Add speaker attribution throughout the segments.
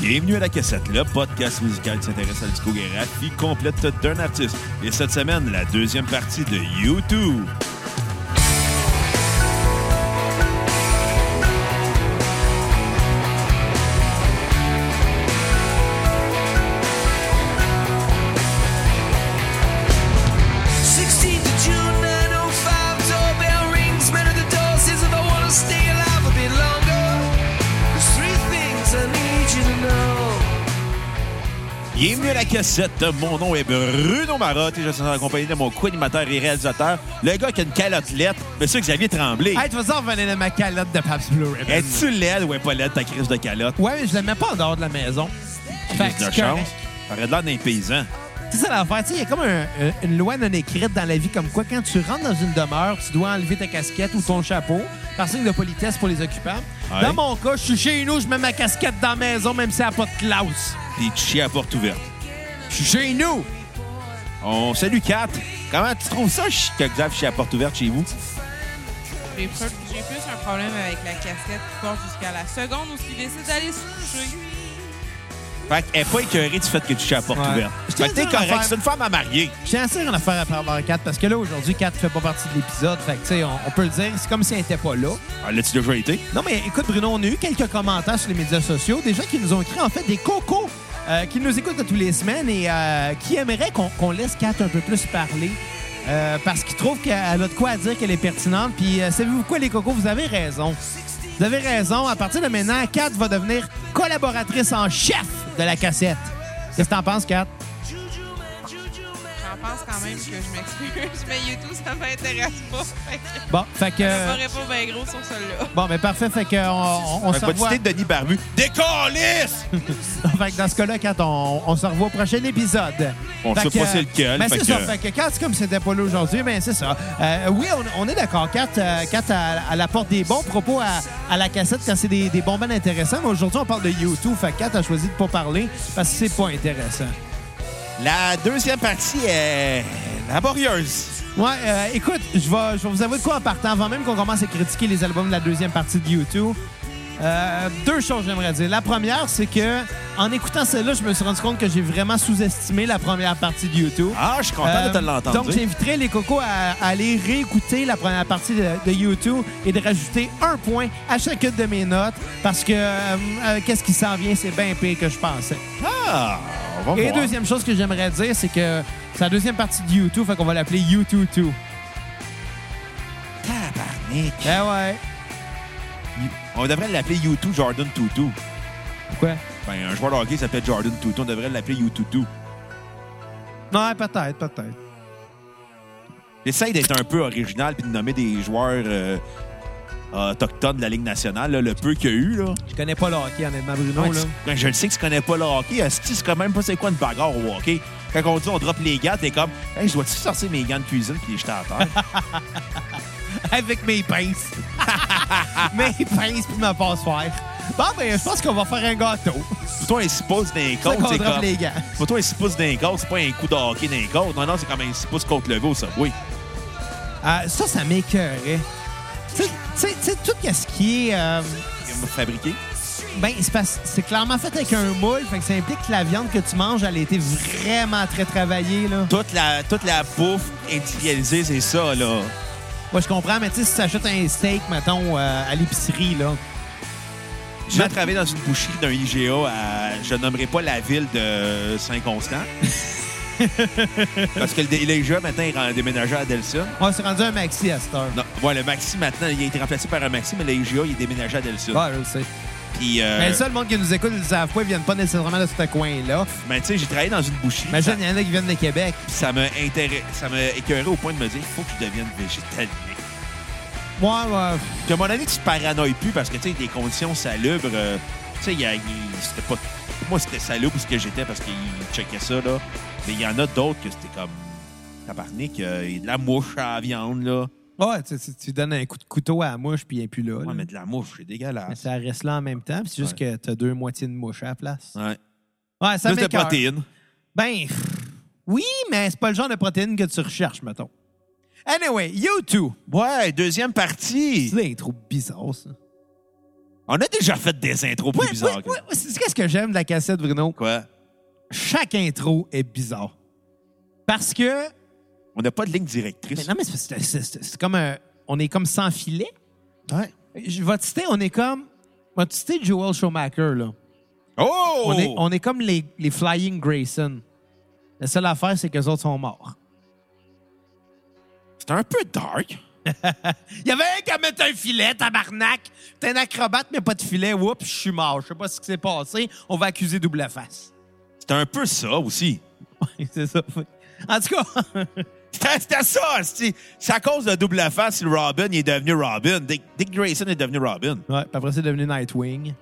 Speaker 1: Bienvenue à La Cassette, le podcast musical qui s'intéresse à la discographie complète d'un artiste. Et cette semaine, la deuxième partie de YouTube. Bienvenue à la cassette. Mon nom est Bruno Marotte et je suis en compagnie de mon co-animateur et réalisateur, le gars qui a une calottelette, monsieur Xavier Tremblay.
Speaker 2: Hey, tu vas en revenir de ma calotte de Pabst Blue Ribbon.
Speaker 1: Es-tu laide ou est pas laide ta crise de calotte?
Speaker 2: Ouais, mais je la mets pas en dehors de la maison. Fait que
Speaker 1: Crise de
Speaker 2: c'est correct.
Speaker 1: chance. T'aurais de l'air d'un paysan.
Speaker 2: C'est ça l'affaire. Tu sais, il y a comme un- un- une loi non écrite dans la vie, comme quoi quand tu rentres dans une demeure, tu dois enlever ta casquette ou ton chapeau par signe de politesse pour les occupants.
Speaker 1: Ouais.
Speaker 2: Dans mon cas, je suis chez nous, je mets ma casquette dans la maison, même si elle n'a pas de classe.
Speaker 1: T'es chier à porte ouverte.
Speaker 2: Je suis chez nous.
Speaker 1: On salue Kat. Comment tu trouves ça ch- que Xav chie à porte ouverte chez vous?
Speaker 3: J'ai plus, j'ai plus un problème avec la casquette qui porte jusqu'à la seconde où il décide d'aller se coucher.
Speaker 1: Fait qu'elle est pas écœurée du fait que tu chies à porte
Speaker 2: Ouais.
Speaker 1: ouverte.
Speaker 2: Je
Speaker 1: Fait
Speaker 2: tiens
Speaker 1: que
Speaker 2: à
Speaker 1: t'es
Speaker 2: dire une
Speaker 1: correct.
Speaker 2: affaire.
Speaker 1: C'est une femme à marier.
Speaker 2: J'ai assez rien à faire après avoir 4 parce que là, aujourd'hui, 4 fait pas partie de l'épisode. Fait que, tu sais, on, on peut le dire, c'est comme si elle n'était pas là.
Speaker 1: Ah, L'as-tu déjà été?
Speaker 2: Non, mais écoute, Bruno, on a eu quelques commentaires sur les médias sociaux, des gens qui nous ont écrit, en fait, des cocos euh, qui nous écoutent à tous les semaines et euh, qui aimeraient qu'on qu'on laisse Kat un peu plus parler euh, parce qu'ils trouvent qu'elle a de quoi à dire, qu'elle est pertinente. Puis, euh, savez-vous quoi, les cocos, vous avez raison. Vous avez raison. À partir de maintenant, Kat va devenir collaboratrice en chef de la cassette. Qu'est-ce que t'en penses, Kat?
Speaker 3: J'en pense quand même que je m'excuse, mais YouTube, ça m'intéresse pas. Fait que
Speaker 2: Bon, fait que...
Speaker 3: je ferai pas bien gros sur celui-là.
Speaker 2: Bon, mais parfait. Fait que on, on, on
Speaker 1: Fait
Speaker 2: se
Speaker 1: Ben, pas de
Speaker 2: revoit.
Speaker 1: citer de Denis Barbu. Décalisse!
Speaker 2: Fait que dans ce cas-là, quand on, on se revoit au prochain épisode.
Speaker 1: On
Speaker 2: Fait
Speaker 1: sait
Speaker 2: que,
Speaker 1: pas c'est lequel,
Speaker 2: Ben
Speaker 1: fait
Speaker 2: c'est
Speaker 1: que-
Speaker 2: ça. Fait que quand c'est comme c'était pas là aujourd'hui, ben c'est ça. Euh, oui, on, on est d'accord. Kat, euh, Kat, elle, elle apporte des bons propos à, à la cassette quand c'est des, des bons bandes intéressants. Mais aujourd'hui, on parle de YouTube. Fait que Kat a choisi de pas parler parce que c'est pas intéressant.
Speaker 1: La deuxième partie est laborieuse.
Speaker 2: Ouais, euh, écoute, je vais, je vais vous avouer de quoi en partant, avant même qu'on commence à critiquer les albums de la deuxième partie de YouTube. Euh, deux choses, j'aimerais dire. La première, c'est que en écoutant celle-là, je me suis rendu compte que j'ai vraiment sous-estimé la première partie de YouTube.
Speaker 1: Ah, je suis content de te
Speaker 2: Euh,
Speaker 1: l'entendre.
Speaker 2: Donc, j'inviterai les cocos à, à aller réécouter la première partie de, de YouTube et de rajouter un point à chacune de mes notes parce que euh, euh, qu'est-ce qui s'en vient, c'est bien pire que je pensais.
Speaker 1: Ah, on va
Speaker 2: Et
Speaker 1: voir.
Speaker 2: deuxième chose que j'aimerais dire, c'est que c'est la deuxième partie de YouTube, fait qu'on va l'appeler YouTube 2.
Speaker 1: Tabarnak.
Speaker 2: Eh ouais.
Speaker 1: On devrait l'appeler U2 Jordan Tutu.
Speaker 2: Pourquoi?
Speaker 1: Ben, un joueur de hockey s'appelle Jordan Tutu. On devrait l'appeler U2
Speaker 2: Non, peut-être, peut-être.
Speaker 1: J'essaye d'être un peu original puis de nommer des joueurs euh, autochtones de la Ligue nationale, là, le peu qu'il y a eu. Là.
Speaker 2: Je connais pas le hockey, honnêtement, Bruno.
Speaker 1: Ouais,
Speaker 2: là.
Speaker 1: tu- ben, je le sais que tu connais pas le hockey. Est-ce que tu sais quand même pas c'est quoi une bagarre au hockey? Quand on dit on drop les gants, t'es comme, hey, je dois-tu sortir mes gants de cuisine puis les jeter à terre?
Speaker 2: Avec mes pinces. mes pinces puis ma passoire. Bon, ben, je pense qu'on va faire un gâteau.
Speaker 1: pour toi, un 6 pouces d'un
Speaker 2: C'est
Speaker 1: côte,
Speaker 2: qu'on
Speaker 1: c'est
Speaker 2: drop
Speaker 1: comme.
Speaker 2: les gants.
Speaker 1: Pour toi, un 6 pouces d'un côte, c'est pas un coup de hockey d'un côte. Non, non, c'est comme un 6 pouces contre levé au subway.
Speaker 2: Euh, ça, ça m'écœurait. Tu sais- tu sais, tu sais, tout ce qui est... euh,
Speaker 1: Fabriqué.
Speaker 2: ben, c'est parce- c'est clairement fait avec un moule, fait que ça implique que la viande que tu manges, elle a été vraiment très travaillée, là.
Speaker 1: Toute la, toute la bouffe industrialisée, c'est ça, là.
Speaker 2: Moi, je comprends, mais tu sais, si tu achètes un steak, mettons, euh, à l'épicerie, là,
Speaker 1: J'ai déjà travaillé dans une boucherie d'un IGA à, je nommerai pas la ville de Saint-Constant. Parce que le, le IGA, maintenant, est ren- déménagé à Delson.
Speaker 2: on s'est rendu à un maxi à cette heure.
Speaker 1: Non, ouais, le Maxi, maintenant, il a été remplacé par un Maxi, mais le IGA, il est déménagé à Delson.
Speaker 2: Ouais, je le sais.
Speaker 1: Puis, euh,
Speaker 2: Mais le seul monde qui nous écoute, ils le savent pas, ils viennent pas nécessairement de ce coin-là.
Speaker 1: mais tu sais, j'ai travaillé dans une boucherie.
Speaker 2: Imagine,
Speaker 1: ça-
Speaker 2: il y en a qui viennent de Québec.
Speaker 1: puis ça m'a intéré- ça m'a écœuré au point de me dire, il faut que je devienne végétalien.
Speaker 2: Moi, euh, moi,
Speaker 1: Puis à mon avis, tu te paranoïes plus parce que, tu sais, des conditions salubres, euh, tu sais, il y a- il- c'était pas... Moi, c'était salubre ce que j'étais parce qu'ils checkaient ça, là. Mais il y en a d'autres que c'était comme... Tabarnak, euh, il y a de la mouche à la viande, là.
Speaker 2: ouais, tu, tu- tu donnes un coup de couteau à la mouche, puis il n'est plus là. là.
Speaker 1: Ouais, mais de la mouche, c'est
Speaker 2: Mais
Speaker 1: dégueulasse.
Speaker 2: ça reste là en même temps, puis c'est juste que t'as deux moitiés de mouche à la place.
Speaker 1: Ouais.
Speaker 2: Ouais, ça
Speaker 1: Plus de
Speaker 2: m'écoeure.
Speaker 1: protéines.
Speaker 2: Ben, pff, oui, mais c'est pas le genre de protéines que tu recherches, mettons. Anyway, you two.
Speaker 1: Ouais, deuxième partie.
Speaker 2: C'est des trous bizarres, ça.
Speaker 1: On a déjà fait des intros plus
Speaker 2: Ouais,
Speaker 1: bizarres.
Speaker 2: ouais,
Speaker 1: que-
Speaker 2: ouais, ouais. C'est qu'est-ce que j'aime de la cassette, Bruno?
Speaker 1: Quoi?
Speaker 2: Chaque intro est bizarre. Parce que.
Speaker 1: On n'a pas de ligne
Speaker 2: Mais
Speaker 1: directrice.
Speaker 2: non, mais c'est- c'est c'est- c'est comme un. On est comme sans filet.
Speaker 1: Ouais.
Speaker 2: Je vais te citer, on est comme. Je vais te citer Joel Schumacher, là.
Speaker 1: Oh!
Speaker 2: On, est, on est comme les, les Flying Grayson. La seule affaire, c'est que les autres sont morts.
Speaker 1: C'est un peu dark.
Speaker 2: Il y avait un qui a mis un filet, tabarnak. T'es un acrobate, mais pas de filet. Oups, je suis mort. Je sais pas ce qui s'est passé. On va accuser double face.
Speaker 1: C'est un peu ça aussi.
Speaker 2: Ouais, c'est ça. En tout cas,
Speaker 1: C'était c'était ça, c'est c'est à cause de double face si le Robin il est devenu Robin. Dick, Dick Grayson est devenu Robin.
Speaker 2: ouais, puis après, c'est devenu Nightwing.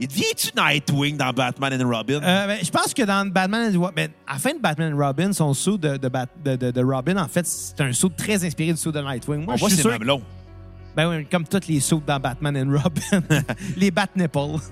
Speaker 1: Il devient-tu Nightwing dans Batman and Robin?
Speaker 2: Euh, ben, je pense que dans Batman and Robin, ben, à la fin de Batman and Robin, son saut de, de, Bat- de- de- de Robin, en fait, c'est un saut très inspiré du saut de Nightwing. Moi,
Speaker 1: on
Speaker 2: je
Speaker 1: voit
Speaker 2: suis
Speaker 1: ses
Speaker 2: sûr.
Speaker 1: mamelons.
Speaker 2: Ben oui, comme tous les sauts dans Batman and Robin. les Bat Nipples.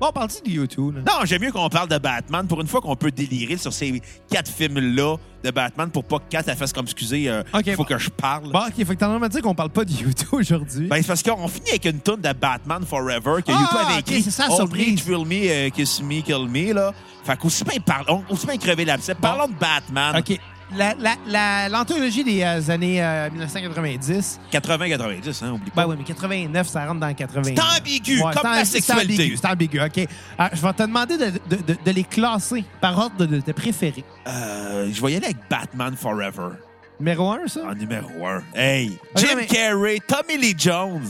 Speaker 2: Bon, on parle-tu de YouTube?
Speaker 1: Non, j'aime mieux qu'on parle de Batman pour une fois qu'on peut délirer sur ces quatre films-là de Batman pour pas que Kat elle fasse comme excusez, euh,
Speaker 2: Ok,
Speaker 1: faut
Speaker 2: bon.
Speaker 1: que je parle.
Speaker 2: Bon, OK, fait que t'es en train de me dire qu'on parle pas de YouTube aujourd'hui.
Speaker 1: Ben, c'est parce qu'on finit avec une tonne de Batman Forever que
Speaker 2: Ah,
Speaker 1: YouTube avait
Speaker 2: ok,
Speaker 1: écrit.
Speaker 2: c'est ça,
Speaker 1: Hold
Speaker 2: surprise.
Speaker 1: me, thrill me, euh, kiss me, kill me, là. Fait qu'aussi bien, parle- on- aussi bien crever l'abcès. Parlons de Batman
Speaker 2: OK. La- la- la- L'anthologie des euh, années euh, 1990.
Speaker 1: 80-90, hein, oublie pas.
Speaker 2: Ben oui, mais 89, ça rentre dans 80.
Speaker 1: C'est ambigu, comme
Speaker 2: c'est
Speaker 1: la
Speaker 2: ambi-
Speaker 1: sexualité.
Speaker 2: C'est ambigu, c'est ambigu, OK. Alors, je vais te demander de, de- de- de les classer par ordre de, de tes préférés.
Speaker 1: Euh, je vais y aller avec Batman Forever
Speaker 2: Numéro 1, ça?
Speaker 1: en numéro 1. Hey,
Speaker 2: Ok,
Speaker 1: Jim
Speaker 2: Ah, mais-
Speaker 1: Carrey, Tommy Lee Jones,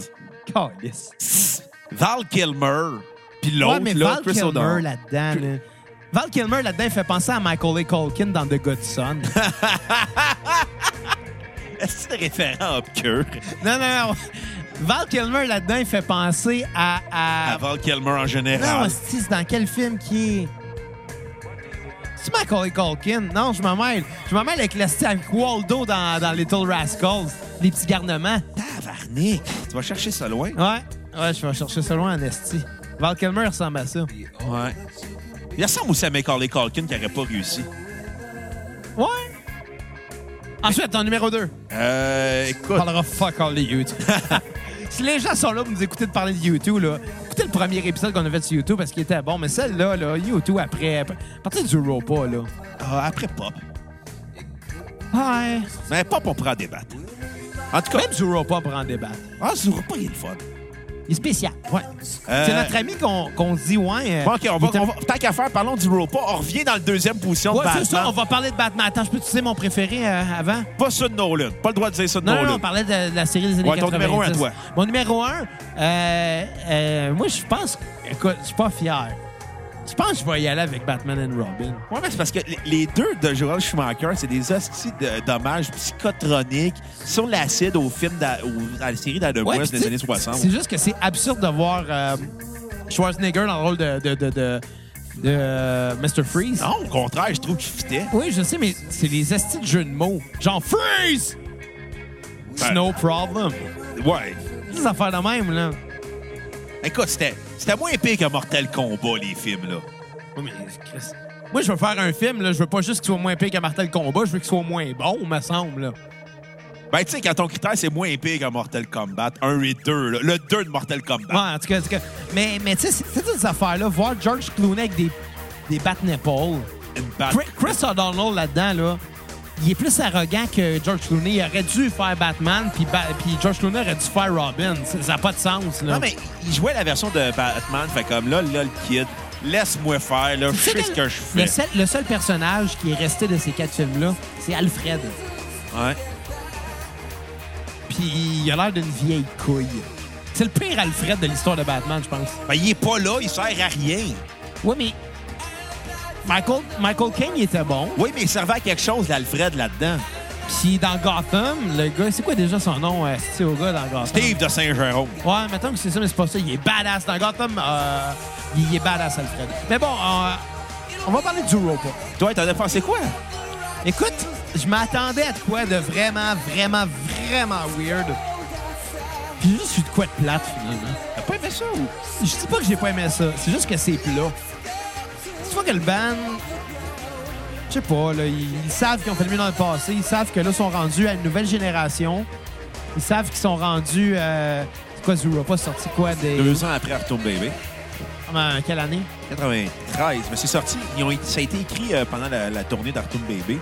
Speaker 1: Ah,
Speaker 2: Calice.
Speaker 1: Val Kilmer, puis l'autre,
Speaker 2: Ouais, mais
Speaker 1: là,
Speaker 2: Val
Speaker 1: Chris
Speaker 2: Kilmer
Speaker 1: O'Donnell.
Speaker 2: là-dedans, là. Val Kilmer là-dedans, il fait penser à Michael A. Culkin dans The Good Son.
Speaker 1: Est-ce que c'est référent obscur
Speaker 2: non, non, non. Val Kilmer là-dedans, il fait penser à... à...
Speaker 1: à Val Kilmer en
Speaker 2: Non,
Speaker 1: général?
Speaker 2: hostie, c'est dans quel film qui est. C'est Macaulay Culkin. Non, je m'en mêle. Je m'en mêle avec le style avec Waldo dans, dans Little Rascals. Les petits garnements.
Speaker 1: Tabarnak! Tu vas chercher ça loin?
Speaker 2: Ouais. Ouais, je vais chercher ça loin en esti. Val Kilmer ressemble à ça.
Speaker 1: Ouais. Il ressemble aussi à Macaulay Culkin qui n'aurait pas réussi.
Speaker 2: Ouais. Ensuite, ton numéro 2.
Speaker 1: Euh,
Speaker 2: On
Speaker 1: écoute,
Speaker 2: parlera fuck all de YouTube. si les gens sont là pour nous écouter de parler de YouTube, là, écoutez le premier épisode qu'on a fait sur YouTube parce qu'il était bon. Mais celle-là, là, YouTube après. À partir du repas, là.
Speaker 1: euh, après Pop.
Speaker 2: Ouais.
Speaker 1: Mais Pop, on pourra en débattre. En tout cas,
Speaker 2: Même du repas pour en débattre.
Speaker 1: ah, ça n'aura pas rien de fun.
Speaker 2: Il est spécial. Ouais.
Speaker 1: Euh,
Speaker 2: C'est notre ami qu'on qu'on se dit, ouais. euh,
Speaker 1: Bon, OK, on va,
Speaker 2: il était-
Speaker 1: on va- tant qu'à faire, parlons du Ropa. On revient dans la deuxième position
Speaker 2: Ouais,
Speaker 1: de
Speaker 2: c'est
Speaker 1: Batman.
Speaker 2: ça, on va parler de Batman. Attends, je peux te dire mon préféré euh, avant?
Speaker 1: Pas ça de Nolan. Pas le droit de dire ça de
Speaker 2: Non, non,
Speaker 1: Nolan.
Speaker 2: non, on parlait de, de la série des années
Speaker 1: Ouais, ton
Speaker 2: 90.
Speaker 1: numéro un à toi.
Speaker 2: Mon numéro un, euh, euh, moi, je pense... Écoute, je suis pas fier. Je pense que je vais y aller avec Batman and Robin.
Speaker 1: Ouais, mais c'est parce que les- les deux de Joel Schumacher, c'est des hosties de- d'hommages psychotroniques sur l'acide au film, d'a- au- à la série d'Adam
Speaker 2: Ouais,
Speaker 1: West
Speaker 2: puis
Speaker 1: des
Speaker 2: tu sais,
Speaker 1: années 60.
Speaker 2: C'est juste que c'est absurde de voir euh, Schwarzenegger dans le rôle de, de, de, de- de, euh, Mr. Freeze.
Speaker 1: Non, au contraire, je trouve qu'il fitait.
Speaker 2: Oui, je sais, mais c'est les estis de jeux de mots. Genre Freeze!
Speaker 1: Ben-
Speaker 2: Snow problem.
Speaker 1: Ouais.
Speaker 2: Des affaires de même, là.
Speaker 1: Écoute, c'était c'était moins pire que Mortal Kombat, les films, là.
Speaker 2: Oui, mais Chris. Moi, je veux faire un film, là. Je veux pas juste qu'il soit moins pire qu'un Martel Combat, je veux qu'il soit moins bon, me semble, là.
Speaker 1: Ben, tu sais, quand ton critère, c'est moins pire que Mortal Kombat 1 et 2, là. Le 2 de Mortal Kombat.
Speaker 2: Ouais, en tout cas, en tout cas. Mais, mais tu sais, c'est- c'est toutes ces affaires-là. Voir George Clooney avec des, des bat nipples.
Speaker 1: Une batte.
Speaker 2: Chris, Chris O'Donnell, là-dedans, là, il est plus arrogant que George Clooney. Il aurait dû faire Batman, puis Ba- puis George Clooney aurait dû faire Robin. Ça n'a pas de sens, là.
Speaker 1: Non, mais il jouait la version de Batman, fait comme là, là, le kid, laisse-moi faire, là, je
Speaker 2: Tu sais
Speaker 1: sais ce que je
Speaker 2: le
Speaker 1: fais.
Speaker 2: seul, le seul personnage qui est resté de ces quatre films-là, c'est Alfred.
Speaker 1: Ouais.
Speaker 2: Puis il a l'air d'une vieille couille. C'est le pire Alfred de l'histoire de Batman, je pense.
Speaker 1: Ben, il est pas là, il sert à rien.
Speaker 2: Oui, mais Michael, Michael Caine, il était bon.
Speaker 1: Oui, mais il servait à quelque chose, l'Alfred, là-dedans.
Speaker 2: Puis dans Gotham, le gars, c'est quoi déjà son nom, euh, c'est au gars dans Gotham?
Speaker 1: Steve de Saint-Jérôme.
Speaker 2: Ouais, mettons que c'est ça, mais c'est pas ça. Il est badass dans Gotham. euh, il est badass, Alfred. Mais bon, euh, on va parler du Ropa.
Speaker 1: Toi, t'en as pensé quoi?
Speaker 2: Écoute, je m'attendais à de quoi de vraiment, vraiment, vraiment weird. Puis juste, je suis de quoi de plate, finalement.
Speaker 1: T'as pas aimé ça ou?
Speaker 2: Je dis pas que j'ai pas aimé ça, c'est juste que c'est plat. Tu vois que le band, je sais pas, là, ils, ils savent qu'ils ont fait le mieux dans le passé, ils savent que là, ils sont rendus à une nouvelle génération, ils savent qu'ils sont rendus. euh, pourquoi Zooropa est sorti quoi des...
Speaker 1: Deux ans après Retour Bébé.
Speaker 2: Euh, quelle année?
Speaker 1: 93. Mais c'est sorti. Ils ont, été- ça a été écrit euh, pendant la, la tournée d'Artoon Bébé.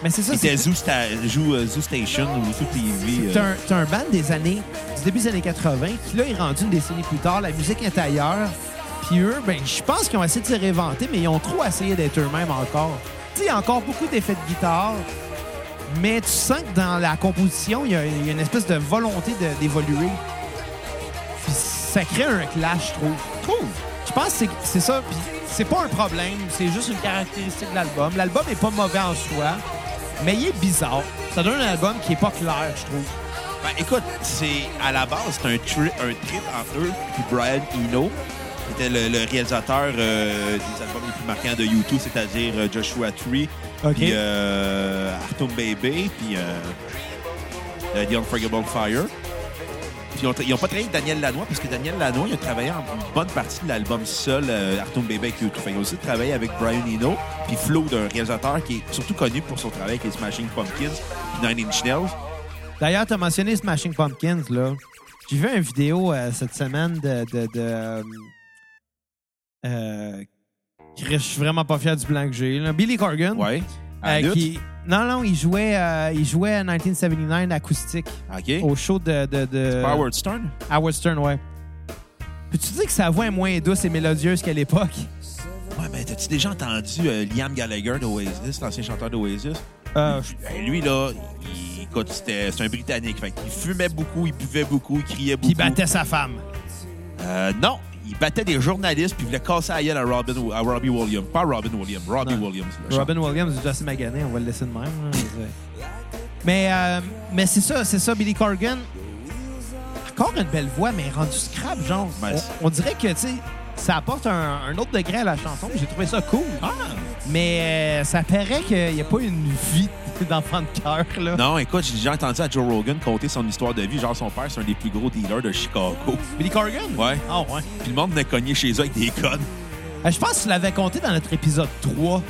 Speaker 2: Mais Ben, c'est ça,
Speaker 1: C'était
Speaker 2: c'est
Speaker 1: Zoo, Sta- Zoo, euh, Zoo Station ou Zoo TV.
Speaker 2: c'est
Speaker 1: euh,
Speaker 2: un, c'est un band des années, du début des années 80, qui là est rendu une décennie plus tard, la musique est ailleurs. Puis eux, ben, je pense qu'ils ont essayé de se réinventer, mais ils ont trop essayé d'être eux-mêmes encore. Tu sais, encore beaucoup d'effets de guitare, mais tu sens que dans la composition, il y, a- il y a une espèce de volonté de- d'évoluer. Puis ça crée un clash, je trouve. Cool. Je pense que c'est- c'est ça. Puis c'est pas un problème, c'est juste une caractéristique de l'album. L'album est pas mauvais en soi, mais il est bizarre. Ça donne un album qui est pas clair, je trouve.
Speaker 1: Ben, écoute, c'est à la base, c'est un, tri- un trip entre eux et Brian Eno, qui était le, le réalisateur euh, des albums les plus marquants de YouTube, c'est-à-dire euh, Joshua Tree,
Speaker 2: OK.
Speaker 1: puis euh, Artum Baby, puis euh, euh, The Unforgettable Fire. Puis ils ont tra- ils n'ont pas travaillé avec Daniel Lanois, parce que Daniel Lanois, il a travaillé en bonne partie de l'album seul, euh, Artum Baby avec YouTube. Fait, Ils ont aussi travaillé avec Brian Eno, puis Flo, d'un réalisateur qui est surtout connu pour son travail avec les Smashing Pumpkins, puis Nine Inch Nails.
Speaker 2: Euh, D'ailleurs, t'as mentionné Smashing Pumpkins, là. J'ai vu une vidéo euh, cette semaine de. de, de euh, euh, Chris, je suis vraiment pas fier du blanc que j'ai. là. Billy Corgan.
Speaker 1: Ouais.
Speaker 2: euh,
Speaker 1: À la lutte.
Speaker 2: qui- Non, non, il jouait, euh, il jouait à 1979 acoustique
Speaker 1: OK.
Speaker 2: au euh, show de, de, de
Speaker 1: Howard Stern?
Speaker 2: Howard Stern, ouais. Peux-tu dire que sa voix est moins douce et mélodieuse qu'à l'époque?
Speaker 1: Ouais, mais t'as-tu déjà entendu euh, Liam Gallagher d'Oasis, l'ancien chanteur d'Oasis?
Speaker 2: Euh,
Speaker 1: Ben, lui, là, il, écoute, c'était- c'est un Britannique. Fait qu'il fumait beaucoup, il buvait beaucoup, il criait beaucoup.
Speaker 2: Puis il battait sa femme.
Speaker 1: Euh, non, il battait des journalistes puis il voulait casser la gueule à, Robin, à Robbie Williams. Pas Robin Williams, Robbie
Speaker 2: Non.
Speaker 1: Williams. le
Speaker 2: Robin Williams, c'est assez magané, on va le laisser de même. hein. mais euh, mais c'est ça, c'est ça, Billy Corgan. Encore une belle voix, mais rendu scrap, genre.
Speaker 1: Ben, c'est-
Speaker 2: on, on dirait que, tu sais, ça apporte un, un autre degré à la chanson. J'ai trouvé ça cool.
Speaker 1: chanteur.
Speaker 2: Mais euh, ça paraît qu'il n'y a pas une vie d'enfant de cœur, là.
Speaker 1: Ah! Non, écoute, j'ai déjà entendu à Joe Rogan conter son histoire de vie. Genre, son père, c'est un des plus gros dealers de Chicago.
Speaker 2: Billy Corgan?
Speaker 1: Ouais.
Speaker 2: Ah, ouais.
Speaker 1: Puis le monde venait cogner chez eux avec des connes.
Speaker 2: Euh, je pense que tu l'avais compté dans notre épisode 3.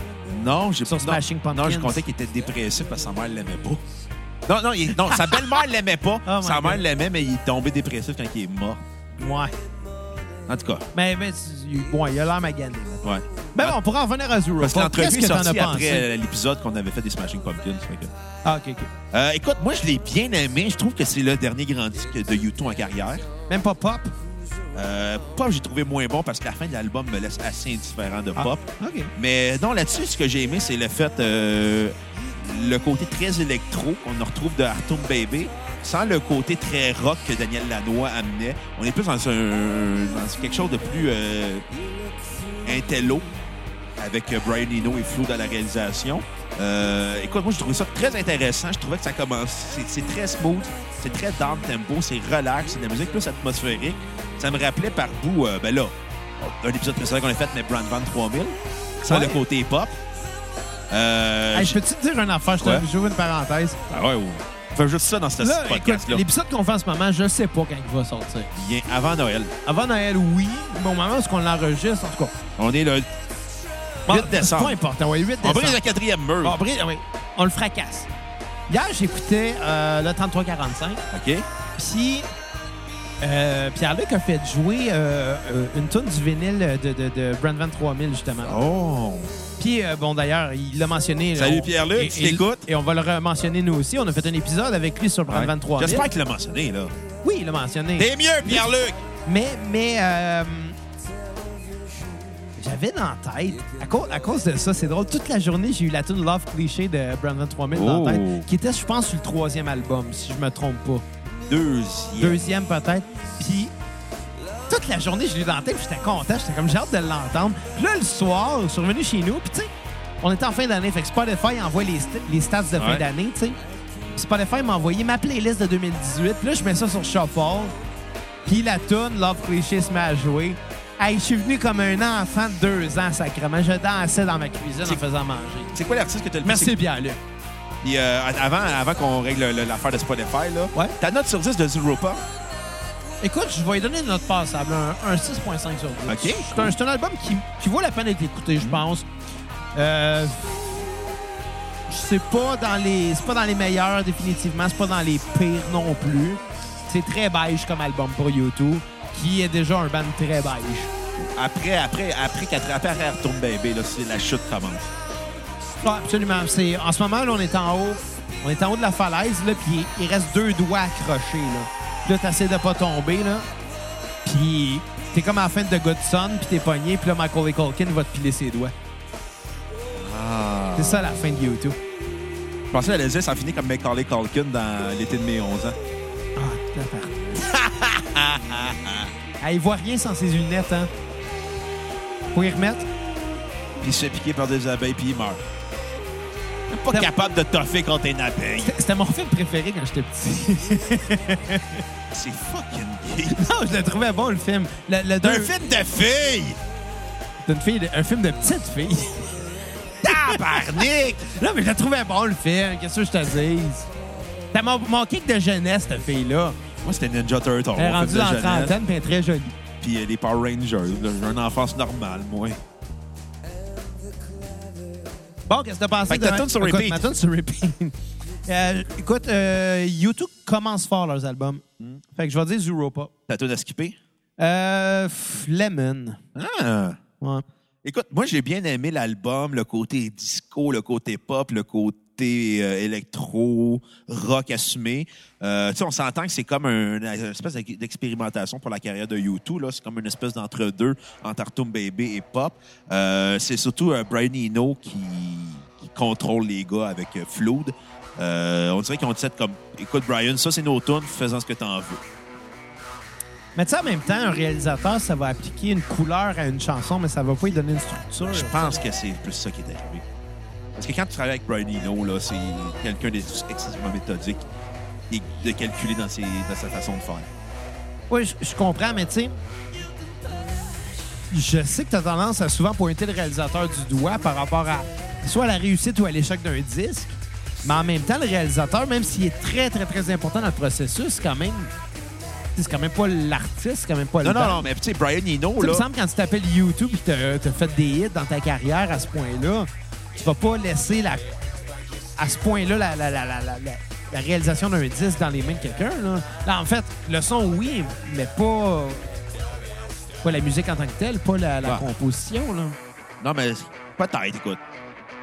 Speaker 1: Non, j'ai
Speaker 2: Sur
Speaker 1: non,
Speaker 2: Smashing Pumpkins.
Speaker 1: Non, je comptais qu'il était dépressif parce que sa mère l'aimait pas. Non, non, il- non sa belle-mère l'aimait pas.
Speaker 2: Oh my
Speaker 1: sa mère
Speaker 2: God.
Speaker 1: l'aimait, mais il est tombé dépressif quand il est mort.
Speaker 2: Ouais.
Speaker 1: En tout cas,
Speaker 2: Mais, mais tu- bon, il a l'air magané. là.
Speaker 1: ouais.
Speaker 2: Mais bon, Ben, on pourra en revenir à Zero.
Speaker 1: Parce que l'entrevue est
Speaker 2: Qu'est-ce que t'en
Speaker 1: sortie
Speaker 2: as pensé?
Speaker 1: après euh, l'épisode qu'on avait fait des Smashing Pumpkins. fait que-
Speaker 2: Ah, OK, OK.
Speaker 1: Euh, écoute, moi, je l'ai bien aimé. Je trouve que c'est le dernier grand disque de YouTube en carrière.
Speaker 2: Même pas pop.
Speaker 1: Euh, pop, j'ai trouvé moins bon parce que la fin de l'album me laisse assez indifférent
Speaker 2: Ah.
Speaker 1: de pop. Euh,
Speaker 2: OK.
Speaker 1: Mais non, là-dessus, ce que j'ai aimé, c'est le fait, euh, le côté très électro qu'on retrouve de Artum Baby, sans le côté très rock que Daniel Lanois amenait. On est plus dans, un, dans quelque chose de plus euh, intello, avec euh, Brian Eno et Flo dans la réalisation. Euh, écoute, moi, je trouvais ça très intéressant. Je trouvais que ça commence. c'est- C'est très smooth, c'est très down tempo, c'est relax, c'est de la musique plus atmosphérique. Ça me rappelait par bout, euh, ben là, un épisode précédent qu'on a fait, mais Brand Van 3000 sans
Speaker 2: Ouais.
Speaker 1: le côté pop. Euh,
Speaker 2: Hey, je peux-tu te dire une affaire? Je
Speaker 1: Ouais.
Speaker 2: te j'ouvre une parenthèse.
Speaker 1: ah ouais, ouais. Fais juste ça dans ce
Speaker 2: Là, écoute,
Speaker 1: podcast-là.
Speaker 2: l'épisode qu'on fait en ce moment, je sais pas quand il va sortir.
Speaker 1: Bien Avant Noël.
Speaker 2: Avant Noël, oui. Mais au moment où est-ce qu'on l'enregistre, en tout cas.
Speaker 1: On est le 8
Speaker 2: Bon,
Speaker 1: décembre.
Speaker 2: Pas important, ouais, 8
Speaker 1: On
Speaker 2: décembre. Ah.
Speaker 1: brise le quatrième mur.
Speaker 2: On brise- oui. On le fracasse. Hier, j'écoutais euh, le 3345.
Speaker 1: OK?
Speaker 2: Puis euh, Pierre-Luc a fait jouer euh, euh, une tune du vinyle de, de, de Brand Van 3000, justement.
Speaker 1: Oh!
Speaker 2: Puis, euh, bon, d'ailleurs, il l'a mentionné.
Speaker 1: Salut,
Speaker 2: on-
Speaker 1: Pierre-Luc,
Speaker 2: et-
Speaker 1: tu
Speaker 2: et-
Speaker 1: t'écoutes?
Speaker 2: Et on va le mentionner nous aussi. On a fait un épisode avec lui sur Brand
Speaker 1: Ouais.
Speaker 2: Van 3000.
Speaker 1: J'espère qu'il l'a mentionné, là.
Speaker 2: Oui, il l'a mentionné.
Speaker 1: T'es mieux, Pierre-Luc!
Speaker 2: Mais, mais, euh, j'avais dans la tête, à, cause- à cause de ça, c'est drôle, toute la journée, j'ai eu la tune Love Cliché de Brandon 3000 dans la
Speaker 1: Oh.
Speaker 2: tête, qui était, je pense, sur le troisième album, si je me trompe pas.
Speaker 1: Deuxième.
Speaker 2: Deuxième, peut-être. Puis, toute la journée, je l'ai eu dans la tête, puis j'étais content, j'étais comme, j'ai hâte de l'entendre. Puis là, le soir, je suis revenu chez nous, puis tu sais, on était en fin d'année, fait que Spotify envoie les, st- les stats de fin
Speaker 1: Ouais.
Speaker 2: d'année, tu sais. Puis Spotify m'a envoyé ma playlist de 2018, puis là, je mets ça sur Shuffle. Puis la tune Love Cliché se met à jouer. Hey, je suis venu comme un enfant de deux ans, sacrément. Je dansais dans ma cuisine en
Speaker 1: C'est-
Speaker 2: faisant manger.
Speaker 1: C'est quoi l'artiste que t'as le plus
Speaker 2: Merci
Speaker 1: écouté?
Speaker 2: bien, Luc.
Speaker 1: Puis, euh, avant, avant qu'on règle le- le- l'affaire de Spotify, là,
Speaker 2: Ouais.
Speaker 1: ta note sur 10 de Zuropa,
Speaker 2: Écoute, je vais lui donner une note passable, un, un 6.5 sur 10.
Speaker 1: OK,
Speaker 2: C'est un, c'est un album qui, qui vaut la peine d'être écouté, je pense. Euh, je sais pas dans les. C'est pas dans les meilleurs définitivement, c'est pas dans les pires non plus. Tu C'est très beige comme album pour YouTube, qui est déjà un band très beige.
Speaker 1: Après, après, après, qu'elle- après, après, elle retourne bébé, là, c'est- la chute commence.
Speaker 2: Ouais, absolument. C'est- En ce moment, là, on est en haut. On est en haut de la falaise, là, puis il reste deux doigts accrochés, là. Puis là, t'essaies de pas tomber, là. Puis t'es comme à la fin de The Good Son, puis t'es pogné, puis là, Michael Culkin va te piler ses doigts.
Speaker 1: Ah.
Speaker 2: C'est ça, la fin de YouTube.
Speaker 1: Je pensais à la ça finit comme Macaulay Culkin dans l'été de mes 11 ans.
Speaker 2: Ah, ah, il voit rien sans ses lunettes, hein. Faut y remettre.
Speaker 1: Puis il se fait piquer par des abeilles, puis il meurt. Même pas
Speaker 2: Non.
Speaker 1: capable de toffer contre une abeille.
Speaker 2: C'était- C'était mon film préféré quand j'étais petit.
Speaker 1: C'est fucking gay.
Speaker 2: non, je le trouvais bon, le film. Le, le
Speaker 1: D'un
Speaker 2: deux-
Speaker 1: film de filles!
Speaker 2: d'une fille, de- un film de petite fille.
Speaker 1: Tabarnak!
Speaker 2: Non, mais je la trouvais bon, le film. Qu'est-ce que je te dis? T'as mon, mon kick de jeunesse, cette fille-là.
Speaker 1: Moi, c'était Ninja Turtle.
Speaker 2: Elle est
Speaker 1: mon
Speaker 2: rendue
Speaker 1: film de
Speaker 2: dans la
Speaker 1: jeunesse.
Speaker 2: trentaine, puis elle est très jolie.
Speaker 1: Puis euh, les Power Rangers. là. J'ai une enfance normale, moi.
Speaker 2: Bon, qu'est-ce que t'as pensé
Speaker 1: Fait que ta
Speaker 2: de-
Speaker 1: toune sur
Speaker 2: Écoute,
Speaker 1: repeat.
Speaker 2: ma toune sur repeat. Euh, écoute, euh, YouTube commence fort leurs albums.
Speaker 1: Mm.
Speaker 2: Fait que je vais dire Zuropa.
Speaker 1: T'as tout à skipper?
Speaker 2: Euh, pff, Lemon.
Speaker 1: Ah!
Speaker 2: Ouais.
Speaker 1: Écoute, moi, j'ai bien aimé l'album, le côté disco, le côté pop, le côté euh, électro, rock assumé. Euh, tu sais, on s'entend que c'est comme un- une espèce d'expérimentation pour la carrière de U2. là. C'est comme une espèce d'entre-deux entre Artum Baby et pop. Euh, c'est surtout euh, Brian Eno qui, qui contrôle les gars avec euh, Flood. Euh, on dirait qu'ils ont dit comme, écoute, Brian, ça, c'est nos tunes, faisant ce que t'en veux.
Speaker 2: Mais tu sais, en même temps, un réalisateur, ça va appliquer une couleur à une chanson, mais ça va pas lui donner une
Speaker 1: Je
Speaker 2: structure.
Speaker 1: pense que c'est plus ça qui est arrivé. Parce que quand tu travailles avec Brian Eno, là, c'est quelqu'un d'extrêmement méthodique et de calculer dans, ses- dans sa façon de faire.
Speaker 2: Oui, je- je comprends, mais tu sais, je sais que tu as tendance à souvent pointer le réalisateur du doigt par rapport à soit à la réussite ou à l'échec d'un disque. Mais en même temps, le réalisateur, même s'il est très, très, très important dans le processus, c'est quand même. C'est quand même pas l'artiste, c'est quand même pas
Speaker 1: Non,
Speaker 2: le.
Speaker 1: non,
Speaker 2: band.
Speaker 1: non, mais tu sais, Brian Eno,
Speaker 2: Tu sais, Il
Speaker 1: là,
Speaker 2: me semble quand tu t'appelles YouTube et que tu as fait des hits dans ta carrière à ce point-là, tu vas pas laisser la, à ce point-là la, la- la- la- la- la- la réalisation d'un disque dans les mains de quelqu'un. Là. Là, en fait, le son, oui, mais pas, pas la musique en tant que telle, pas la, la
Speaker 1: Ouais.
Speaker 2: composition. Là.
Speaker 1: non, mais peut-être, écoute.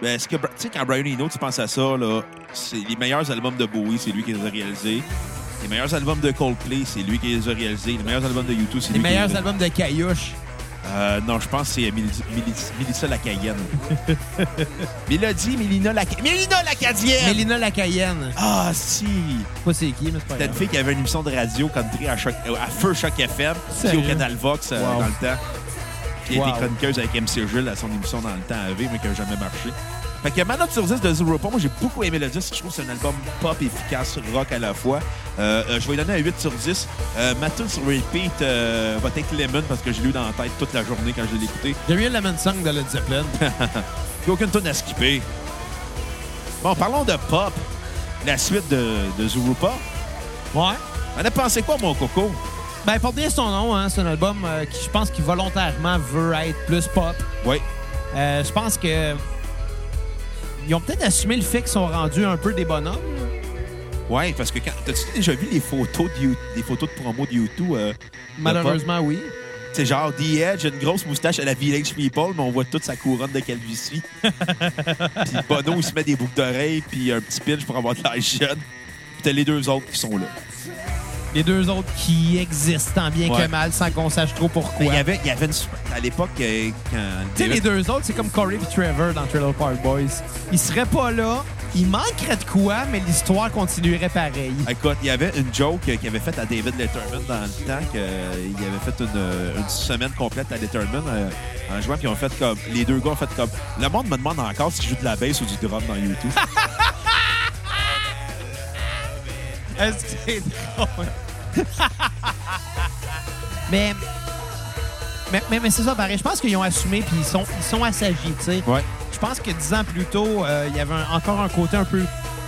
Speaker 1: Mais est-ce que, Bri- tu sais, quand Brian Eno, tu penses à ça, là, c'est les meilleurs albums de Bowie, c'est lui qui les a réalisés. Les meilleurs albums de Coldplay, c'est lui qui les a réalisés. Les meilleurs albums de U2, c'est lui qui
Speaker 2: Les
Speaker 1: les a
Speaker 2: meilleurs albums de Caillouche.
Speaker 1: Euh, non, je pense que c'est Mélissa la Cayenne. Mélodie, Mélina la Mélina la Cayenne!
Speaker 2: Mélina Lacayenne.
Speaker 1: Ah, si!
Speaker 2: Je sais pas c'est qui, mais c'est pas
Speaker 1: C'était
Speaker 2: grave.
Speaker 1: une fille qui avait une émission de radio country à, Choc- euh, à feu Choc FM, puis au
Speaker 2: Sérieux?
Speaker 1: Canal Vox euh,
Speaker 2: Wow.
Speaker 1: dans le temps. Puis elle
Speaker 2: Wow.
Speaker 1: était chroniqueuse avec MC Jules à son émission dans le temps AV, mais qui n'a jamais marché. Fait que ma note sur 10 de Zero Pop, moi j'ai beaucoup aimé le disque. Je trouve que c'est un album pop efficace, rock à la fois. Euh, euh, je vais lui donner un 8 sur 10. Euh, ma tune sur repeat euh, va être Lemon parce que je l'ai eu dans la tête toute la journée quand je l'ai écouté.
Speaker 2: The Real Lemon Song de Led Zeppelin.
Speaker 1: Puis aucune tonne à skipper. Bon, parlons de pop. La suite de, de Zurupa.
Speaker 2: ouais.
Speaker 1: On a pensé quoi, mon coco?
Speaker 2: Ben, porte bien son nom, hein. C'est un album euh, qui, je pense, qui volontairement veut être plus pop.
Speaker 1: Oui.
Speaker 2: Euh, je pense que ils ont peut-être assumé le fait qu'ils sont rendus un peu des bonhommes.
Speaker 1: Ouais, parce que quand. T'as-tu déjà vu les photos de, You- les photos de promo de YouTube? euh,
Speaker 2: Malheureusement, oui.
Speaker 1: C'est genre The Edge, une grosse moustache à la Village People, mais on voit toute sa couronne de calvitie. puis Bono, il se met des boucles d'oreilles, puis un petit pinch pour avoir de l'air jeune. Puis t'as les deux autres qui sont là.
Speaker 2: Les deux autres qui existent tant bien
Speaker 1: Ouais.
Speaker 2: que mal, sans qu'on sache trop pourquoi.
Speaker 1: Mais il y avait, il y avait une. super- À l'époque, euh, quand.
Speaker 2: Tu sais, les deux autres, c'est comme Corey et Trevor dans Trailer Park Boys. Ils seraient pas là, ils manqueraient de quoi, mais l'histoire continuerait pareil.
Speaker 1: Écoute, il y avait une joke euh, qu'il avait faite à David Letterman dans le temps, qu'il avait fait une, euh, une semaine complète à Letterman euh, en jouant, puis ils ont fait comme. Les deux gars ont fait comme. Le monde me demande encore si je joue de la bass ou du drum dans YouTube.
Speaker 2: Est-ce que c'est drôle? mais, mais, mais, mais c'est ça, pareil. Je pense qu'ils ont assumé puis ils sont, ils sont assagis, tu sais.
Speaker 1: ouais.
Speaker 2: Je pense que dix ans plus tôt, euh, il y avait un- encore un côté un peu,